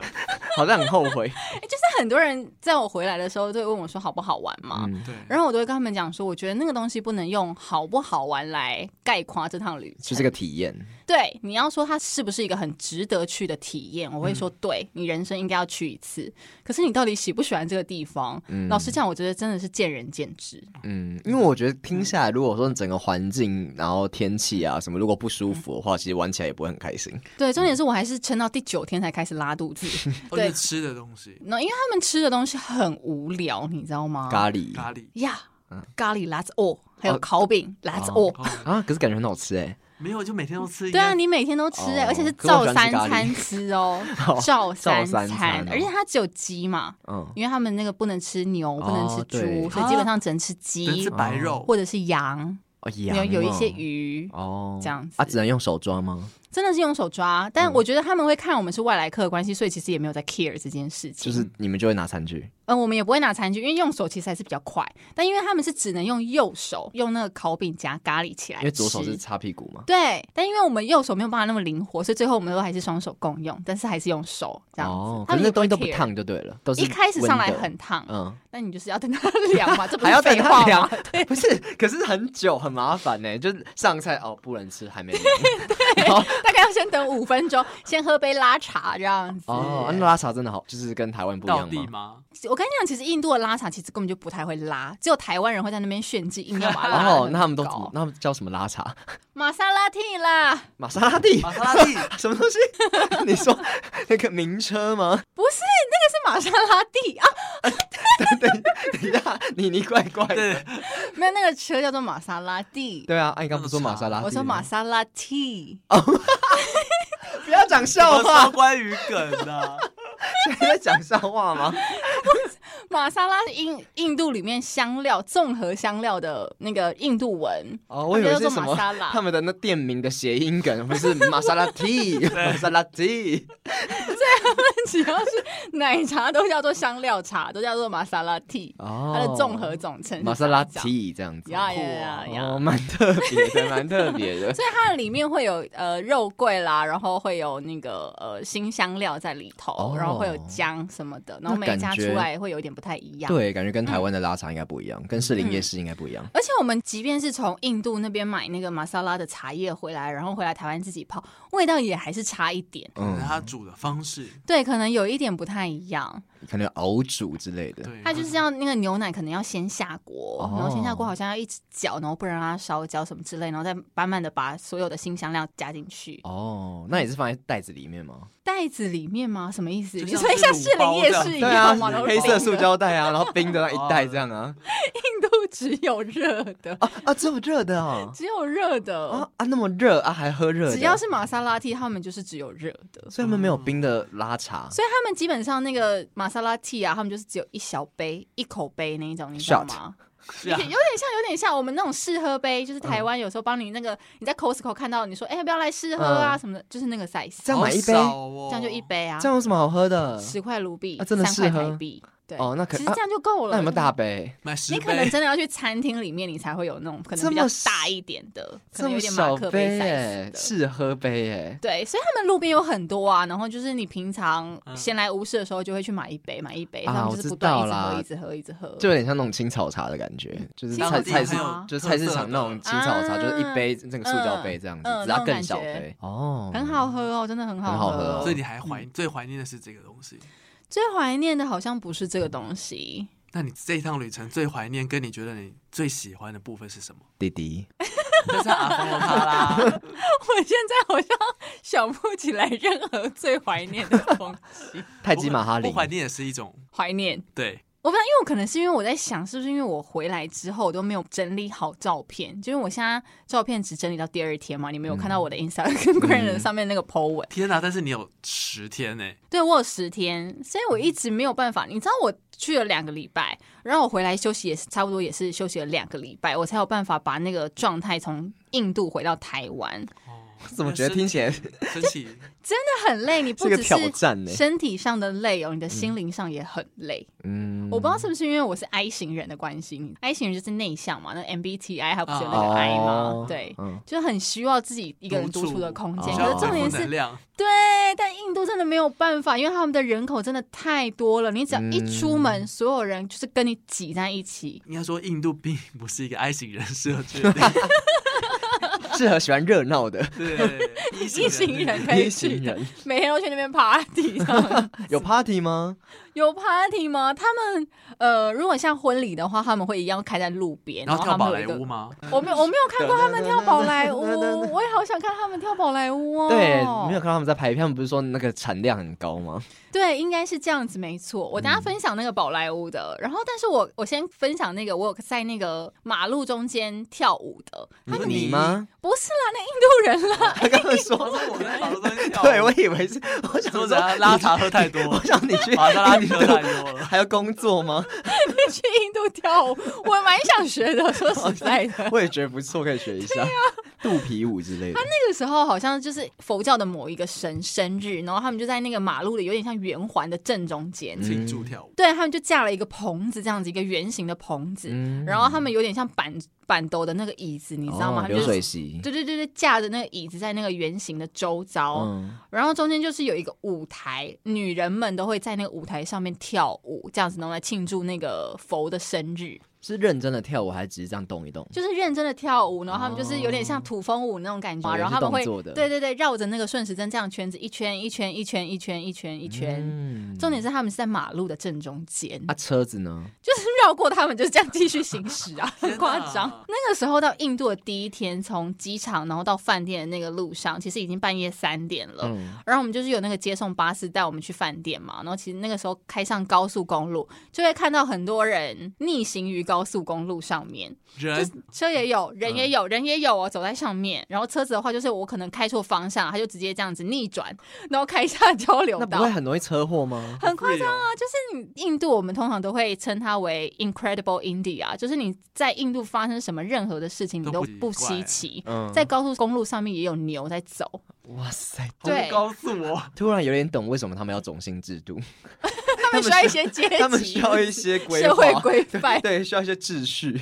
Speaker 3: 好像很后 悔？
Speaker 1: 哎就是很多人在我回来的时候都会问我说好不好玩嘛。
Speaker 3: 嗯，
Speaker 2: 对，哦
Speaker 1: 然后我都会跟他们讲说，我觉得那个东西不能用好不好玩来概括这趟旅
Speaker 3: 就
Speaker 1: 程。
Speaker 3: 这个体验。
Speaker 1: 对，你要说它是不是一个很值得去的体验，我会说，
Speaker 3: 嗯
Speaker 1: 对你人生应该要去一次。可是你到底喜不喜欢这个地方？
Speaker 3: 嗯
Speaker 1: 老实讲，我觉得真的是见仁见智。
Speaker 3: 嗯，因为我觉得听下来，如果说整个环境，然后天气啊什么，如果不舒服的话，其实玩起来也不会很开心。
Speaker 1: 对，重点是我还是撑到第九天才开始拉 肚子。
Speaker 2: 或者
Speaker 1: 对
Speaker 2: 是吃的东西，
Speaker 1: 那因为他们吃的东西很无聊，你知道吗？
Speaker 3: 咖喱
Speaker 2: 咖喱。
Speaker 1: 呀
Speaker 3: 嗯，
Speaker 1: 咖喱 that's all，还有
Speaker 3: 哦
Speaker 1: 烤饼 that's
Speaker 3: 哦
Speaker 1: all。
Speaker 2: 哦
Speaker 3: 啊，可是感觉很好吃哎。
Speaker 2: 没有，就每天都吃一
Speaker 1: 对啊，
Speaker 2: 样。
Speaker 1: 你每天都吃哎、
Speaker 3: 哦
Speaker 1: 而且是
Speaker 3: 可是我
Speaker 1: 照
Speaker 3: 喜欢
Speaker 1: 三
Speaker 3: 吃咖喱
Speaker 1: 餐吃哦
Speaker 3: 哦，
Speaker 1: 照
Speaker 3: 照
Speaker 1: 三
Speaker 3: 三餐
Speaker 1: 餐
Speaker 3: 哦，
Speaker 1: 而且它只有鸡嘛，
Speaker 3: 嗯，
Speaker 1: 因为他们那个不能吃牛，不能吃
Speaker 3: 哦
Speaker 1: 猪，
Speaker 3: 对
Speaker 1: 所以基本上只能吃鸡、
Speaker 2: 只能吃白肉，
Speaker 3: 嗯
Speaker 1: 或者是羊，
Speaker 3: 哦，
Speaker 1: 有
Speaker 3: 羊
Speaker 1: 有一些
Speaker 3: 哦
Speaker 1: 鱼，
Speaker 3: 哦，
Speaker 1: 这样子
Speaker 3: 啊，只能用手抓吗？
Speaker 1: 真的是用手抓。
Speaker 3: 嗯
Speaker 1: 但我觉得他们会看我们是外来客的关系，所以其实也没有在 care 这件事
Speaker 3: 就，
Speaker 1: 情。
Speaker 3: 是你们就会拿餐具。
Speaker 1: 嗯，我们也不会拿餐具，因为用手其实还是比较快。但因为他们是只能用右手用那个烤饼夹咖喱起来
Speaker 3: 因
Speaker 1: 吃，
Speaker 3: 为左手是擦屁股嘛。
Speaker 1: 对，但因为我们右手没有办法那么灵活，所以最后我们都还是双手共用，但是还是用手这样子。
Speaker 3: 哦，
Speaker 1: 他
Speaker 3: 可是
Speaker 1: 们也
Speaker 3: 那东西都不
Speaker 1: 会 care。
Speaker 3: 烫就对了，都是
Speaker 1: 一开始上来
Speaker 3: 温的
Speaker 1: 很烫，
Speaker 3: 嗯，
Speaker 1: 但你就是要等它 凉嘛，这不
Speaker 3: 还
Speaker 1: 是
Speaker 3: 要等
Speaker 1: 废
Speaker 3: 它
Speaker 1: 话
Speaker 3: 凉
Speaker 1: 吗？，
Speaker 3: 不是？可是很久很麻烦呢，就是上菜哦，不能吃，还 没凉然后
Speaker 1: 大概要先等五分钟，先喝杯拉茶这样子。
Speaker 3: 哦，那拉茶真的好，就是跟台湾不一
Speaker 2: 到
Speaker 3: 样
Speaker 2: 底
Speaker 3: 吗？
Speaker 2: 吗？
Speaker 1: 我跟你讲，其实印度的拉茶其实根本就不太会拉，只有台湾人会在那边炫技，硬要把它拉
Speaker 3: 然
Speaker 1: 得很高。
Speaker 3: 后哦那他们都怎么？那他们叫什么拉茶？
Speaker 1: 玛莎拉蒂啦？
Speaker 3: 玛莎拉蒂？
Speaker 2: 玛 莎拉蒂
Speaker 3: 什么东西？ 你说那个名车吗？
Speaker 1: 不是，那个是玛莎拉蒂啊，
Speaker 3: 等一下，你你怪怪的。
Speaker 2: 对，
Speaker 1: 没有那个车叫做玛莎拉蒂。
Speaker 3: 对啊，啊，你刚不是说玛莎拉蒂吗？
Speaker 1: 我说玛莎拉蒂，
Speaker 3: 不要讲笑
Speaker 2: 我
Speaker 3: 话
Speaker 2: 说，关于梗啊的，
Speaker 3: 现在在讲笑话吗？
Speaker 1: 玛莎拉是印印度里面香料综合香料的那个印度文。
Speaker 3: 哦，我以为是什
Speaker 1: 他
Speaker 3: 么
Speaker 1: 们叫做玛莎拉
Speaker 3: 他们的那 店名的谐音梗，不是玛莎拉蒂，玛莎拉蒂。
Speaker 1: 只要是奶茶都叫做香料茶，都叫做玛莎拉蒂，
Speaker 3: 哦
Speaker 1: 它的综合总称是
Speaker 3: 玛莎拉
Speaker 1: 茶
Speaker 3: 蒂这样子，
Speaker 1: 呀呀呀呀！
Speaker 3: 哦，蛮特别 的，蛮特别的。
Speaker 1: 所以它的里面会有呃肉桂啦，然后会有那个呃新香料在里头，
Speaker 3: 哦
Speaker 1: 然后会有姜什么的，然后每一
Speaker 3: 感
Speaker 1: 家出
Speaker 3: 觉
Speaker 1: 来会有点不太一样。
Speaker 3: 对，感觉跟台湾的拉茶应该不一样，跟士林夜市应该不一样。
Speaker 1: 而且我们即便是从印度那边买那个玛莎拉的茶叶回来，然后回来台湾自己泡，味道也还是差一点。
Speaker 2: 可能
Speaker 3: 嗯，
Speaker 2: 他煮的方式，
Speaker 1: 对，可能有一点不太一样。
Speaker 3: 可能有熬煮之类的。
Speaker 2: 对，
Speaker 1: 它就是要那个牛奶可能要先下锅，
Speaker 3: 哦
Speaker 1: 然后先下锅好像要一直搅，然后不能让它烧焦什么之类，然后再慢慢的把所有的新香料加进去。
Speaker 3: 哦，那也是放在袋子里面吗？
Speaker 1: 袋子里面吗？什么意思？
Speaker 2: 就
Speaker 1: 你
Speaker 2: 像
Speaker 1: 说
Speaker 2: 是
Speaker 1: 像
Speaker 2: 卤
Speaker 1: 士林
Speaker 2: 包
Speaker 1: 夜
Speaker 2: 这样
Speaker 1: 市一
Speaker 2: 对
Speaker 1: 样吗？然后
Speaker 3: 啊黑色
Speaker 1: 冰
Speaker 3: 塑
Speaker 1: 的
Speaker 3: 胶袋啊，然后冰的那一袋这样 啊。
Speaker 1: 印度只有热的，
Speaker 3: 啊啊，这么热的啊！
Speaker 1: 只有热的。
Speaker 3: 啊啊，那么热啊，还喝热的？
Speaker 1: 只要是玛嗯莎拉蒂，他们就是只有热的，
Speaker 3: 所以他们没有冰的拉茶
Speaker 1: 所以他们基本上那个玛莎拉蒂啊，他们就是只有一小杯、一口杯那一种，你知道
Speaker 3: Shot
Speaker 1: 吗？
Speaker 2: 是
Speaker 1: 有
Speaker 2: 啊
Speaker 1: 点有点像，有点像我们那种试喝杯，就是
Speaker 3: 嗯
Speaker 1: 台湾有时候帮你那个你在 Costco 看到，你说哎、要不要来试喝啊
Speaker 3: 嗯
Speaker 1: 什么的，就是那个 size，
Speaker 3: 这样买一杯
Speaker 2: 好少哦
Speaker 1: 这样就一杯啊
Speaker 3: 这，样有什么好喝的？
Speaker 1: 十块卢币，
Speaker 3: 啊真的
Speaker 1: 三
Speaker 3: 试
Speaker 1: 块
Speaker 3: 喝
Speaker 1: 台币，对，
Speaker 3: 哦那可
Speaker 1: 其实这样就够了。
Speaker 3: 那有没有大杯？
Speaker 2: 买十
Speaker 1: 你可能
Speaker 2: 杯，
Speaker 1: 真的要去餐厅里面，你才会有那种可能
Speaker 3: 这
Speaker 1: 比
Speaker 3: 么
Speaker 1: 较
Speaker 3: 小
Speaker 1: 大一点的，可
Speaker 3: 这
Speaker 1: 能
Speaker 3: 么
Speaker 1: 有点马
Speaker 3: 小
Speaker 1: 克
Speaker 3: 杯
Speaker 1: 杯 size
Speaker 3: 哎，
Speaker 1: 的。
Speaker 3: 试喝杯哎。
Speaker 1: 对，所以他们路边有很多啊，然后就是你平常
Speaker 2: 嗯
Speaker 1: 闲来无事的时候，就会去买一杯，买一杯，
Speaker 3: 啊
Speaker 1: 然后就是不
Speaker 3: 我知
Speaker 1: 断
Speaker 3: 道啦
Speaker 1: 一直喝，一直喝，一直
Speaker 3: 就
Speaker 1: 喝。
Speaker 3: 有点像那种青草茶的感觉，就是
Speaker 1: 嗯青
Speaker 3: 菜
Speaker 1: 草
Speaker 3: 菜
Speaker 1: 茶
Speaker 3: 市
Speaker 1: 吗
Speaker 3: 就是菜市场那种青草茶，
Speaker 1: 啊
Speaker 3: 就是一杯那个塑胶杯这样子，
Speaker 1: 嗯嗯
Speaker 3: 只要
Speaker 1: 那
Speaker 3: 更
Speaker 1: 种
Speaker 3: 小
Speaker 1: 感觉
Speaker 3: 杯哦，
Speaker 1: 很好喝哦，真的嗯很
Speaker 3: 很
Speaker 1: 好
Speaker 3: 好
Speaker 1: 喝。
Speaker 3: 喝哦
Speaker 2: 所以你还怀最怀念的是这个东西。
Speaker 1: 最怀念的好像不是这个东西，
Speaker 2: 那你这一趟旅程最怀念，跟你觉得你最喜欢的部分是什么？
Speaker 3: 弟弟，
Speaker 2: 就是阿峰罗他啦，
Speaker 1: 我现在好像想不起来任何最怀念的东西。
Speaker 3: 泰姬玛哈林
Speaker 2: 不怀念也是一种
Speaker 1: 怀念，
Speaker 2: 对，
Speaker 1: 我不知道，因为我可能是因为我在想，是不是因为我回来之后都没有整理好照片，就是我现在照片只整理到第二天嘛，你们
Speaker 3: 嗯
Speaker 1: 有看到我的 Instagram 上面那个 po 文，
Speaker 2: 天啊哪！但是你有十天呢、欸
Speaker 1: 对我有十天，所以我一直没有办法。你知道我去了两个礼拜，然后我回来休息也是差不多也是休息了两个礼拜，我才有办法把那个状态从印度回到台湾。
Speaker 2: 哦，
Speaker 3: 怎么觉得听起来
Speaker 2: 来神奇？
Speaker 1: 那很累，你不
Speaker 3: 是个
Speaker 1: 只
Speaker 3: 挑战呢
Speaker 1: 身体上的累哦，你的心灵上也很累。
Speaker 3: 嗯，
Speaker 1: 我不知道是不是因为我是 I 型人的关系你，I 型人就是内向嘛，那 MBTI 还不是有那个
Speaker 2: 哦
Speaker 1: I 吗？对。
Speaker 3: 嗯，
Speaker 1: 就很需要自己一个人独处的空间，
Speaker 3: 独处哦
Speaker 1: 可是重点
Speaker 2: 比较有负
Speaker 1: 是
Speaker 2: 能，量
Speaker 1: 对，但印度真的没有办法，因为他们的人口真的太多了，你只要一
Speaker 3: 嗯
Speaker 1: 出门，所有人就是跟你挤在一 起。
Speaker 2: 应该说印度并不是一个 I 型人适合去的地方，
Speaker 3: 适合喜欢热闹的
Speaker 2: 对，一
Speaker 1: 一行人 可以
Speaker 3: 一
Speaker 1: 去
Speaker 3: 行
Speaker 1: 的，
Speaker 3: 人，
Speaker 1: 每天都去那边 party 啊这样
Speaker 3: 有 party 吗？
Speaker 1: 有 party 吗？他们呃，如果像婚礼的话，他们会一样开在路边，
Speaker 2: 然
Speaker 1: 然
Speaker 2: 后跳
Speaker 1: 他
Speaker 2: 宝
Speaker 1: 们有
Speaker 2: 莱
Speaker 1: 一个
Speaker 2: 坞，吗？
Speaker 1: 我没有我没有看过他们跳宝莱坞，
Speaker 3: 噔噔噔噔噔
Speaker 1: 我也好想看他们跳宝莱坞哦。
Speaker 3: 对，没有看到他们在拍片，他们不是说那个产量很高吗？
Speaker 1: 对，应该是这样子，没错。我等下分享那个宝莱坞的，然后但是我我先分享那个我有在那个马路中间跳舞的，他
Speaker 3: 是
Speaker 1: 们
Speaker 3: 你吗？
Speaker 1: 不是啦，那印度人啦，
Speaker 3: 他刚刚
Speaker 2: 我
Speaker 3: 说，
Speaker 2: 说我在跑东西跳 舞，
Speaker 3: 对我以为是，我想
Speaker 2: 怎
Speaker 3: 说
Speaker 2: 么怎样拉茶喝太多，
Speaker 3: 我想你去
Speaker 2: 玛莎拉蒂
Speaker 3: 印
Speaker 2: 喝太
Speaker 3: 度
Speaker 2: 多了。
Speaker 3: 还要工作吗？
Speaker 1: 去印度跳舞，我蛮想学的。说实在的，
Speaker 3: 我也觉得不错，可以学一下、肚皮舞之类的。
Speaker 1: 啊那个时候好像就是佛教的某一个神生日，然后他们就在那个马路里，有点像圆环的正中间。
Speaker 3: 嗯
Speaker 2: 庆祝跳舞，
Speaker 1: 对他们就架了一个棚子，这样子一个圆形的棚子，
Speaker 3: 嗯
Speaker 1: 然后他们有点像板板斗的那个椅子，你知道吗？
Speaker 3: 哦
Speaker 1: 他们
Speaker 3: 流
Speaker 1: 就是
Speaker 3: 水席，
Speaker 1: 对对对对，架着那个椅子在那个圆形的周遭，
Speaker 3: 嗯，
Speaker 1: 然后中间就是有一个舞台，女人们都会在那个舞台上面跳舞，这样子，然后来庆祝那个佛的生日，
Speaker 3: 是认真的跳舞，还是只是这样动一动？
Speaker 1: 就是认真的跳舞，然后他们就是有点像土风舞那种感觉，
Speaker 3: 哦
Speaker 1: 然后他们
Speaker 3: 也
Speaker 1: 会
Speaker 3: 是动作的
Speaker 1: 对对对，绕着那个顺时针这样圈子一圈一圈一圈一圈一圈一圈。
Speaker 3: 嗯
Speaker 1: 重点是他们是在马路的正中间，
Speaker 3: 啊，车子呢？
Speaker 1: 就是绕过他们，就是这样继续行驶 啊，很夸张
Speaker 2: 天哪。
Speaker 1: 那个时候到印度的第一天，从机场然后到饭店的那个路上，其实已经半夜三点了。
Speaker 3: 嗯，
Speaker 1: 然后我们就是有那个接送巴士带我们去饭店嘛，然后其实那个时候开上高速公路，就会看到很多人逆行于高高速公路上面，
Speaker 2: 人
Speaker 1: 车也有，人也
Speaker 3: 嗯
Speaker 1: 有，人也有哦，走在上面。然后车子的话，就是我可能开错方向，它就直接这样子逆转，然后开下交流
Speaker 3: 那不
Speaker 1: 道
Speaker 3: 会。很容易车祸吗？
Speaker 1: 很夸张
Speaker 2: 啊！
Speaker 1: 啊！就是你印度，我们通常都会称它为 Incredible India，就是你在印度发生什么任何的事情，你
Speaker 2: 都
Speaker 1: 都
Speaker 2: 不奇
Speaker 1: 不
Speaker 2: 怪
Speaker 1: 稀奇。
Speaker 3: 嗯，
Speaker 1: 在高速公路上面也有牛在走，
Speaker 3: 哇塞，
Speaker 2: 好像
Speaker 1: 对
Speaker 2: 告诉我，
Speaker 3: 突然有点懂为什么他们要种姓制 度，
Speaker 1: 他们需要一些阶级，
Speaker 3: 他们需要一 些规
Speaker 1: 社会
Speaker 3: 划。
Speaker 1: 规范
Speaker 3: 对，需要一些秩序。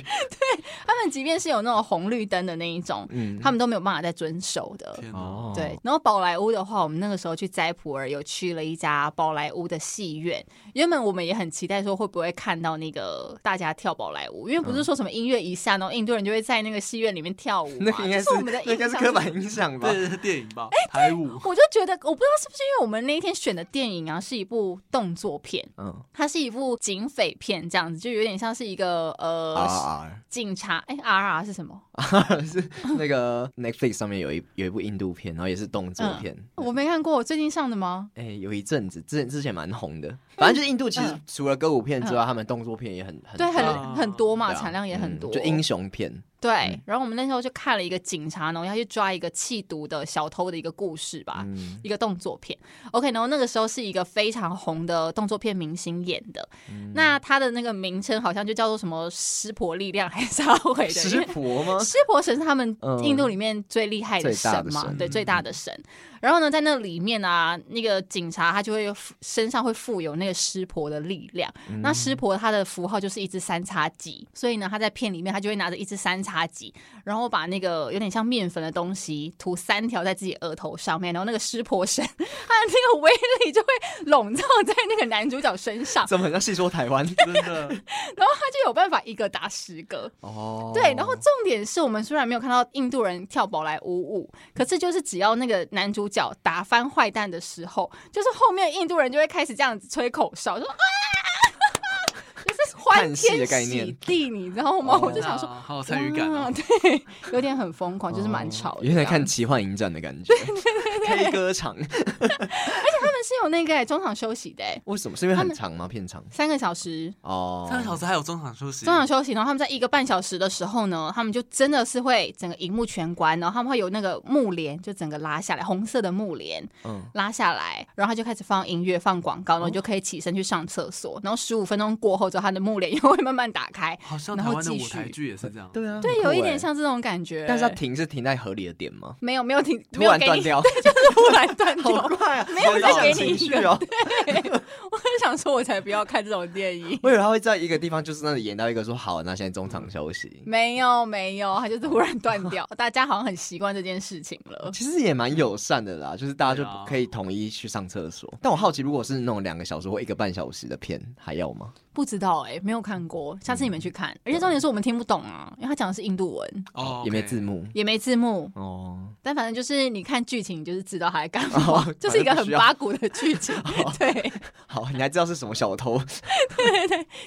Speaker 1: 他们即便是有那种红绿灯的那一种，
Speaker 3: 嗯，
Speaker 1: 他们都没有办法再遵守的。
Speaker 2: 天哪！
Speaker 3: 哦，
Speaker 1: 对，，然后宝莱坞的话，我们那个时候去斋普尔有去了一家宝莱坞的戏院。原本我们也很期待说会不会看到那个大家跳宝莱坞，因为
Speaker 3: 嗯
Speaker 1: 不是说什么音乐一下，然后印度人就会在那个戏院里面跳舞嘛，
Speaker 3: 那个应该
Speaker 1: 这
Speaker 3: 是
Speaker 1: 是我们的
Speaker 3: 那应该
Speaker 1: 印
Speaker 3: 是
Speaker 1: 象
Speaker 3: 刻板印象吧？
Speaker 2: 对，电影吧，台舞，
Speaker 1: 我就觉得，我不知道是不是因为我们那一天选的电影啊，是一部动作片，
Speaker 3: 嗯
Speaker 1: 它是一部警匪片，这样子就有点像是一个呃、
Speaker 3: ，R
Speaker 1: 警察。哎，R R 是什么？
Speaker 3: R 是那个 Netflix 上面有一有一部印度片，然后也是动作
Speaker 1: 嗯
Speaker 3: 片。
Speaker 1: 我没看过，我最近上的吗？
Speaker 3: 哎、有一阵子，之前之前蛮红的，反正就是印度其实
Speaker 1: 嗯
Speaker 3: 除了歌舞片之外，他们动作片也很很
Speaker 1: 对，很、
Speaker 2: 啊
Speaker 1: 很多嘛，
Speaker 3: 对啊
Speaker 1: 产量也很多。
Speaker 3: 嗯就英雄片。嗯
Speaker 1: 对，然后我们那时候就看了一个警察，然后要去抓一个弃毒的小偷的一个故事吧，
Speaker 3: 嗯，
Speaker 1: 一个动作片。OK，然后那个时候是一个非常红的动作片明星演的，
Speaker 3: 嗯
Speaker 1: 那他的那个名称好像就叫做什么“湿婆力量”还是啥鬼的，因
Speaker 3: 湿
Speaker 1: 为
Speaker 3: 婆 吗？
Speaker 1: 湿婆神是他们
Speaker 3: 嗯
Speaker 1: 印度里面最厉害的神
Speaker 3: 最大
Speaker 1: 嘛，
Speaker 3: 的神
Speaker 1: 对，最大的神。然后呢，在那里面啊，那个警察他就会附身上会附有那个湿婆的力量。
Speaker 3: 嗯
Speaker 1: 那湿婆他的符号就是一只三叉戟，所以呢，他在片里面他就会拿着一只三叉戟，然后把那个有点像面粉的东西涂三条在自己额头上面，然后那个湿婆神 他的那个威力就会笼罩在那个男主角身上，
Speaker 3: 怎么很像戏说台湾？
Speaker 2: 真的，
Speaker 1: 然后他就有办法一个打十个。
Speaker 3: 哦，
Speaker 1: 对，然后重点是我们虽然没有看到印度人跳宝莱坞舞，可是就是只要那个男主角打翻坏蛋的时候，就是后面印度人就会开始这样子吹口哨，说啊， 就是欢
Speaker 3: 看戏的
Speaker 1: 天
Speaker 3: 概
Speaker 1: 喜
Speaker 3: 念
Speaker 1: 地，你知道吗？我就想说，
Speaker 2: 哇好有参与感
Speaker 1: 哇
Speaker 2: 哦，
Speaker 1: 对，有点很疯狂，就是蛮吵的这
Speaker 3: 哦有
Speaker 1: 样。
Speaker 3: 点看奇幻影展的感觉，K 歌场。
Speaker 1: 他们是有那个欸中场休息的欸，
Speaker 3: 为什么？是因为
Speaker 1: 他
Speaker 3: 很
Speaker 1: 们
Speaker 3: 长吗？片长？
Speaker 1: 三个小时。
Speaker 3: 哦，
Speaker 2: 三个小时还有中场休息，
Speaker 1: 中场休息，然后他们在一个半小时的时候呢，他们就真的是会整个荧幕全关，然后他们会有那个幕帘就整个拉下来，红色的幕帘，
Speaker 3: 嗯，哦
Speaker 1: 拉下来，然后他就开始放音乐、放广告，然后你就可以起身去上厕所。然后十五分钟过后之后，他的幕帘也会慢慢打开。
Speaker 2: 好像
Speaker 1: 然
Speaker 2: 台
Speaker 1: 后
Speaker 2: 湾的
Speaker 1: 继
Speaker 2: 舞台
Speaker 1: 续
Speaker 2: 剧也是这样，
Speaker 3: 对啊，
Speaker 1: 对
Speaker 3: 很，酷
Speaker 1: 有一点
Speaker 3: 欸。
Speaker 1: 像这种感觉。
Speaker 3: 但是它停是停在合理的点吗？
Speaker 1: 没有没有停，
Speaker 3: 突
Speaker 1: 没有
Speaker 3: 然
Speaker 1: 给
Speaker 3: 断
Speaker 1: 你，
Speaker 3: 掉，
Speaker 1: 突然断掉。
Speaker 3: 好快啊！
Speaker 1: 没有再给你一个
Speaker 3: 影响情绪哦。
Speaker 1: 我很想说，我才不要看这种电影。
Speaker 3: 我以为他会在一个地方，就是那里演到一个说好，那现在中场休息。
Speaker 1: 没有没有，他就突然断掉。大家好像很习惯这件事情了。
Speaker 3: 其实也蛮友善的啦，就是大家
Speaker 2: 对啊
Speaker 3: 就可以统一去上厕所。但我好奇，如果是那种两个小时或一个半小时的片，还要吗？
Speaker 1: 不知道哎、没有看过，下次你们去
Speaker 3: 嗯
Speaker 1: 看。而且重点是我们听不懂啊，因为他讲的是印度文，
Speaker 2: 哦，
Speaker 3: 也没
Speaker 2: OK
Speaker 3: 字幕
Speaker 1: 也没字幕。
Speaker 3: 哦。
Speaker 1: 但反正就是你看剧情，你就是知道他在干嘛，
Speaker 3: 哦
Speaker 1: 就是一个
Speaker 3: 反正不
Speaker 1: 很
Speaker 3: 需要哦
Speaker 1: 八股的剧 情。对，
Speaker 3: 好，你还知道是什么小偷，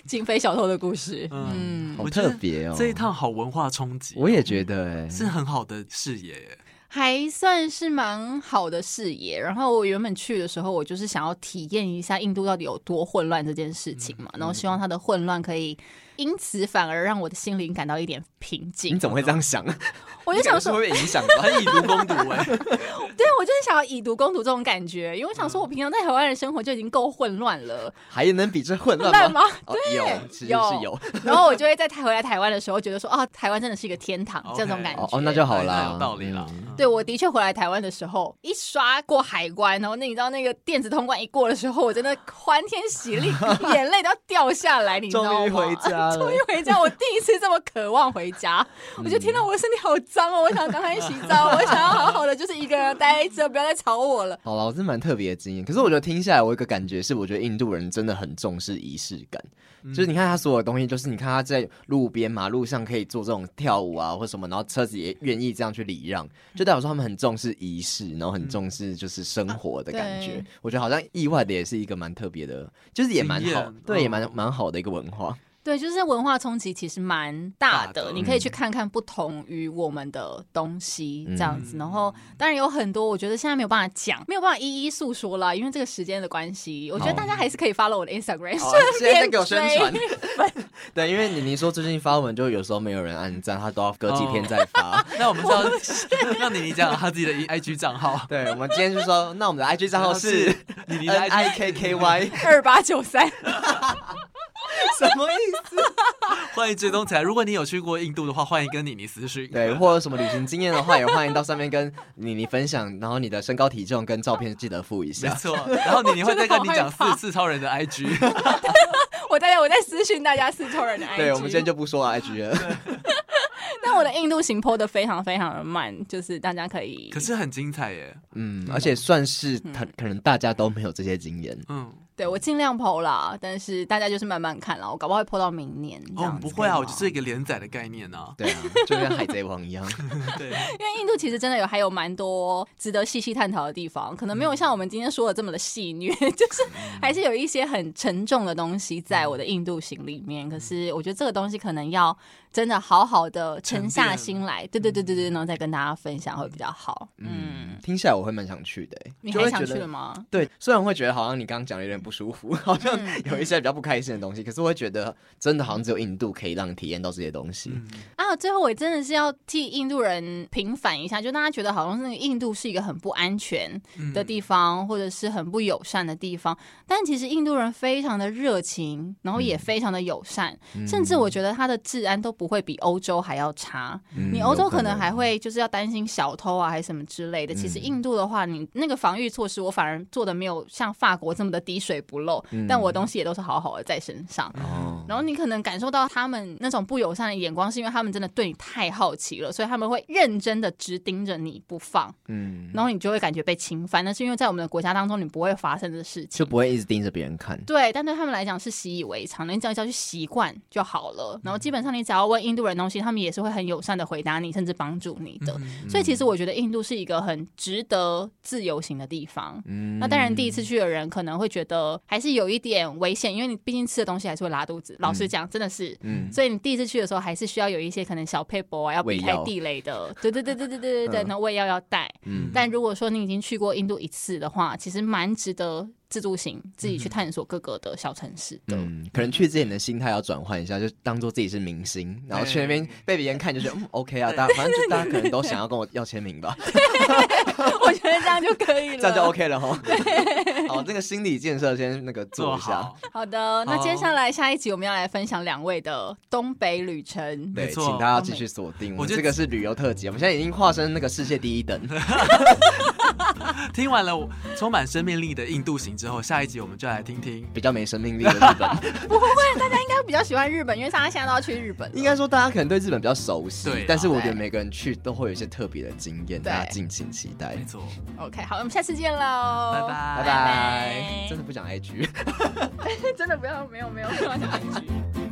Speaker 1: 警匪小偷的故事。
Speaker 2: 嗯
Speaker 1: 嗯，
Speaker 3: 好
Speaker 2: 我觉得
Speaker 3: 特别哦。
Speaker 2: 这一趟好文化冲击，啊
Speaker 3: 我也觉得哎，
Speaker 2: 是很好的视野耶。
Speaker 1: 还算是蛮好的视野。然后我原本去的时候，我就是想要体验一下印度到底有多混乱这件事情
Speaker 3: 嗯
Speaker 1: 嘛，然后希望它的混乱可以因此反而让我的心灵感到一点平
Speaker 3: 你
Speaker 1: 静。
Speaker 3: 怎么会这样想？
Speaker 1: 啊我就想
Speaker 3: 是
Speaker 1: 说，
Speaker 3: 会被影响到。
Speaker 2: 很以毒攻毒哎，
Speaker 1: 对啊我就是想要以毒攻毒这种感觉，因为我想
Speaker 3: 嗯
Speaker 1: 说我平常在台湾的生活就已经够混乱了，
Speaker 3: 还能比这混
Speaker 1: 乱
Speaker 3: 乱吗？
Speaker 1: 吗？
Speaker 3: 哦有，其实
Speaker 1: 有
Speaker 3: 是有。
Speaker 1: 然后我就会在台回来台湾的时候，觉得说啊，台湾真的是一个天堂
Speaker 2: OK
Speaker 1: 这种感觉。
Speaker 3: 哦哦，那就 好
Speaker 2: 那
Speaker 3: 啦，
Speaker 2: 有道理啦。
Speaker 3: 嗯。
Speaker 2: 嗯
Speaker 1: 对，我的确回来台湾的时候，一刷过海关，然后那你知道那个电子通关一过的时候，我真的欢天喜 地，眼泪都要掉下来，你知道吗？
Speaker 3: 终于回家了嗯
Speaker 1: 终于回家，我第一次这么渴望回家，我就听到我的身体好脏哦，我想赶快洗澡，我想要好好的就是一个人待着，不要再吵我了。
Speaker 3: 好了，我是蛮特别的经验。可是我觉得听下来，我有一个感觉是，我觉得印度人真的很重视仪式感。就是你看他所有东西，就是你看他在路边、马路上可以做这种跳舞啊，或什么，然后车子也愿意这样去礼让，就代表说他们很重视仪式，然后很重视就是生活的感觉。
Speaker 1: 对
Speaker 3: 我觉得好像意外的也是一个蛮特别的，就是也蛮
Speaker 2: 经验
Speaker 3: 好，对，
Speaker 2: 嗯
Speaker 3: 也蛮蛮好的一个文化。
Speaker 1: 对，就是文化冲击其实蛮大
Speaker 2: 大
Speaker 1: 的，
Speaker 2: 的
Speaker 1: 你可以去看看不同于我们的东西
Speaker 3: 嗯
Speaker 1: 这样子。然后当然有很多，我觉得现在没有办法讲，没有办法一一诉说啦，因为这个时间的关系，我觉得
Speaker 3: 好
Speaker 1: 大家还是可以 follow 我的 Instagram，、
Speaker 3: 好啊
Speaker 1: 顺
Speaker 3: 现在在
Speaker 1: 便
Speaker 3: 给我宣传
Speaker 1: 追。
Speaker 3: 对，因为你你说最近发文就有时候没有人按赞，他都要隔几天再发。
Speaker 2: 那我们是要 让妮妮讲她自己的 IG 账 号，
Speaker 3: 对，我们今天就说，那我们的 IG 账号是
Speaker 2: 妮妮
Speaker 3: N
Speaker 2: 的 IG，
Speaker 3: I K K Y，
Speaker 1: 二八九三，
Speaker 3: 什么意思？
Speaker 2: 欢迎追踪起来。如果你有去过印度的话，欢迎跟妮妮私讯。
Speaker 3: 对，或者什么旅行经验的话，也欢迎到上面跟妮妮分享。然后你的身高体重跟照片记得附一
Speaker 2: 没
Speaker 3: 下。
Speaker 2: 错，然后妮妮会再跟你
Speaker 1: 我
Speaker 2: 讲
Speaker 1: 觉得好害
Speaker 2: 四
Speaker 1: 怕
Speaker 2: 次超人的 IG，
Speaker 1: 我大家我在私讯大家四川人的 IG，
Speaker 3: 对，我们今天就不说 IG 了。
Speaker 1: 但我的印度行 PO 的非常非常的慢，就是大家可以
Speaker 2: 可是很精彩耶。
Speaker 3: 嗯，而且算是他
Speaker 1: 嗯
Speaker 3: 可能大家都没有这些经验。
Speaker 2: 嗯，
Speaker 1: 对我尽量 PO 啦，但是大家就是慢慢看啦，我搞不好会 PO 到明年这
Speaker 2: 哦
Speaker 1: 样，子
Speaker 2: 不会啊，
Speaker 1: 可以吗
Speaker 2: 我就是一个连载的概 念啊。
Speaker 3: 对 啊，就跟海贼王一样。
Speaker 2: 对，
Speaker 1: 因为印度其实真的有还有蛮多值得细细探讨的地方，可能
Speaker 3: 嗯
Speaker 1: 没有像我们今天说的这么的戏虐， 就是还是有一些很沉重的东西在我的印度行里面。可是我觉得这个东西可能要真的好好的沉下心来，对对对对对，然后再跟大家分享会比较好。嗯，
Speaker 3: 嗯嗯，听起来我会蛮想去的欸、
Speaker 1: 你
Speaker 3: 就
Speaker 1: 还
Speaker 3: 会觉
Speaker 1: 想去了
Speaker 3: 得。
Speaker 1: 吗？
Speaker 3: 对，虽然会觉得好像你刚刚讲的有点不舒服， 好像
Speaker 1: 嗯
Speaker 3: 有一些比较不开心的东西，可是我会觉得真的好像只有印度可以让你体验到这些东西。
Speaker 1: 啊，最后我真的是要替印度人平反一下，就大家觉得好像是那个印度是一个很不安全
Speaker 2: 嗯
Speaker 1: 的地方，或者是很不友善的地方，但其实印度人非常的热情，然后也非常的友善，
Speaker 3: 嗯
Speaker 1: 甚至我觉得他的治安都不会比欧洲还要差。
Speaker 3: 嗯
Speaker 1: 你欧洲可能嗯还会就是要担心小偷啊，还是什么之类的。其实印度的话，你那个防御措施，我反而做的没有像法国这么的滴水不漏，但我东西也都是好好的在身上。
Speaker 3: 哦，
Speaker 1: 然后你可能感受到他们那种不友善的眼光，是因为他们真的对你太好奇了，所以他们会认真的直盯着你不放，
Speaker 3: 嗯，
Speaker 1: 然后你就会感觉被侵犯。那是因为在我们的国家当中，你不会发生的事
Speaker 3: 就
Speaker 1: 情。
Speaker 3: 不会一直盯着别人看。
Speaker 1: 对，但对他们来讲是习以为常的，你只要只要去习惯就好
Speaker 3: 嗯
Speaker 1: 了。然后基本上你只要问印度人东西，他们也是会很友善的回答你，甚至帮助你
Speaker 3: 嗯
Speaker 2: 嗯
Speaker 1: 的。所以其实我觉得印度是一个很值得自由行的地方。
Speaker 3: 嗯
Speaker 1: 那当然，第一次去的人可能会觉得还是有一点危险，因为你毕竟吃的东西还是会拉肚子。老实讲，真的是，
Speaker 3: 嗯
Speaker 1: 所以你第一次去的时候，还是需要有一些可能小 paper 啊，要避开地雷的。对对对对对对对对，
Speaker 3: 嗯
Speaker 1: 那胃药要带。
Speaker 3: 嗯
Speaker 1: 但如果说你已经去过印度一次的话，其实蛮值得自助行，自己去探索各个的小城市的。
Speaker 3: 嗯，可能去之前的心态要转换一下，就当做自己是明星，然后去那边被别人看就觉得嗯 OK 啊，大家反正就大家可能都想要跟我要签名吧，
Speaker 1: 我觉得这样就可以了。
Speaker 3: 这样就 OK 了 哈。好，这个心理建设先那个做
Speaker 2: 做
Speaker 3: 一下
Speaker 2: 好，。
Speaker 1: 好的，那接
Speaker 3: 哦
Speaker 1: 下来下一集我们要来分享两位的东北旅程。
Speaker 3: 对，
Speaker 2: 没
Speaker 3: 请
Speaker 2: 错
Speaker 3: 大家继续锁定。我
Speaker 2: 我
Speaker 3: 们
Speaker 2: 觉
Speaker 3: 这
Speaker 2: 得
Speaker 3: 个是旅游特辑，我们现在已经化身那个世界第一等。
Speaker 2: 听完了我充满生命力的印度行之后，下一集我们就来听听。
Speaker 3: 比较没生命力的日 本，
Speaker 1: 大家应该比较喜欢日本，因为大家现在都要去日本了。
Speaker 3: 应该说大家可能对日本比较熟悉
Speaker 2: 对啊，
Speaker 3: 但是我觉得每个人去都会有一些特别的经验，
Speaker 1: 对
Speaker 3: 大家敬请期待
Speaker 2: 没。错，
Speaker 1: OK，好，我们下次见喽，
Speaker 2: 拜拜
Speaker 3: 拜
Speaker 1: 拜
Speaker 3: 拜，真的不讲 IG。
Speaker 1: 真的不要，没有没有，没有。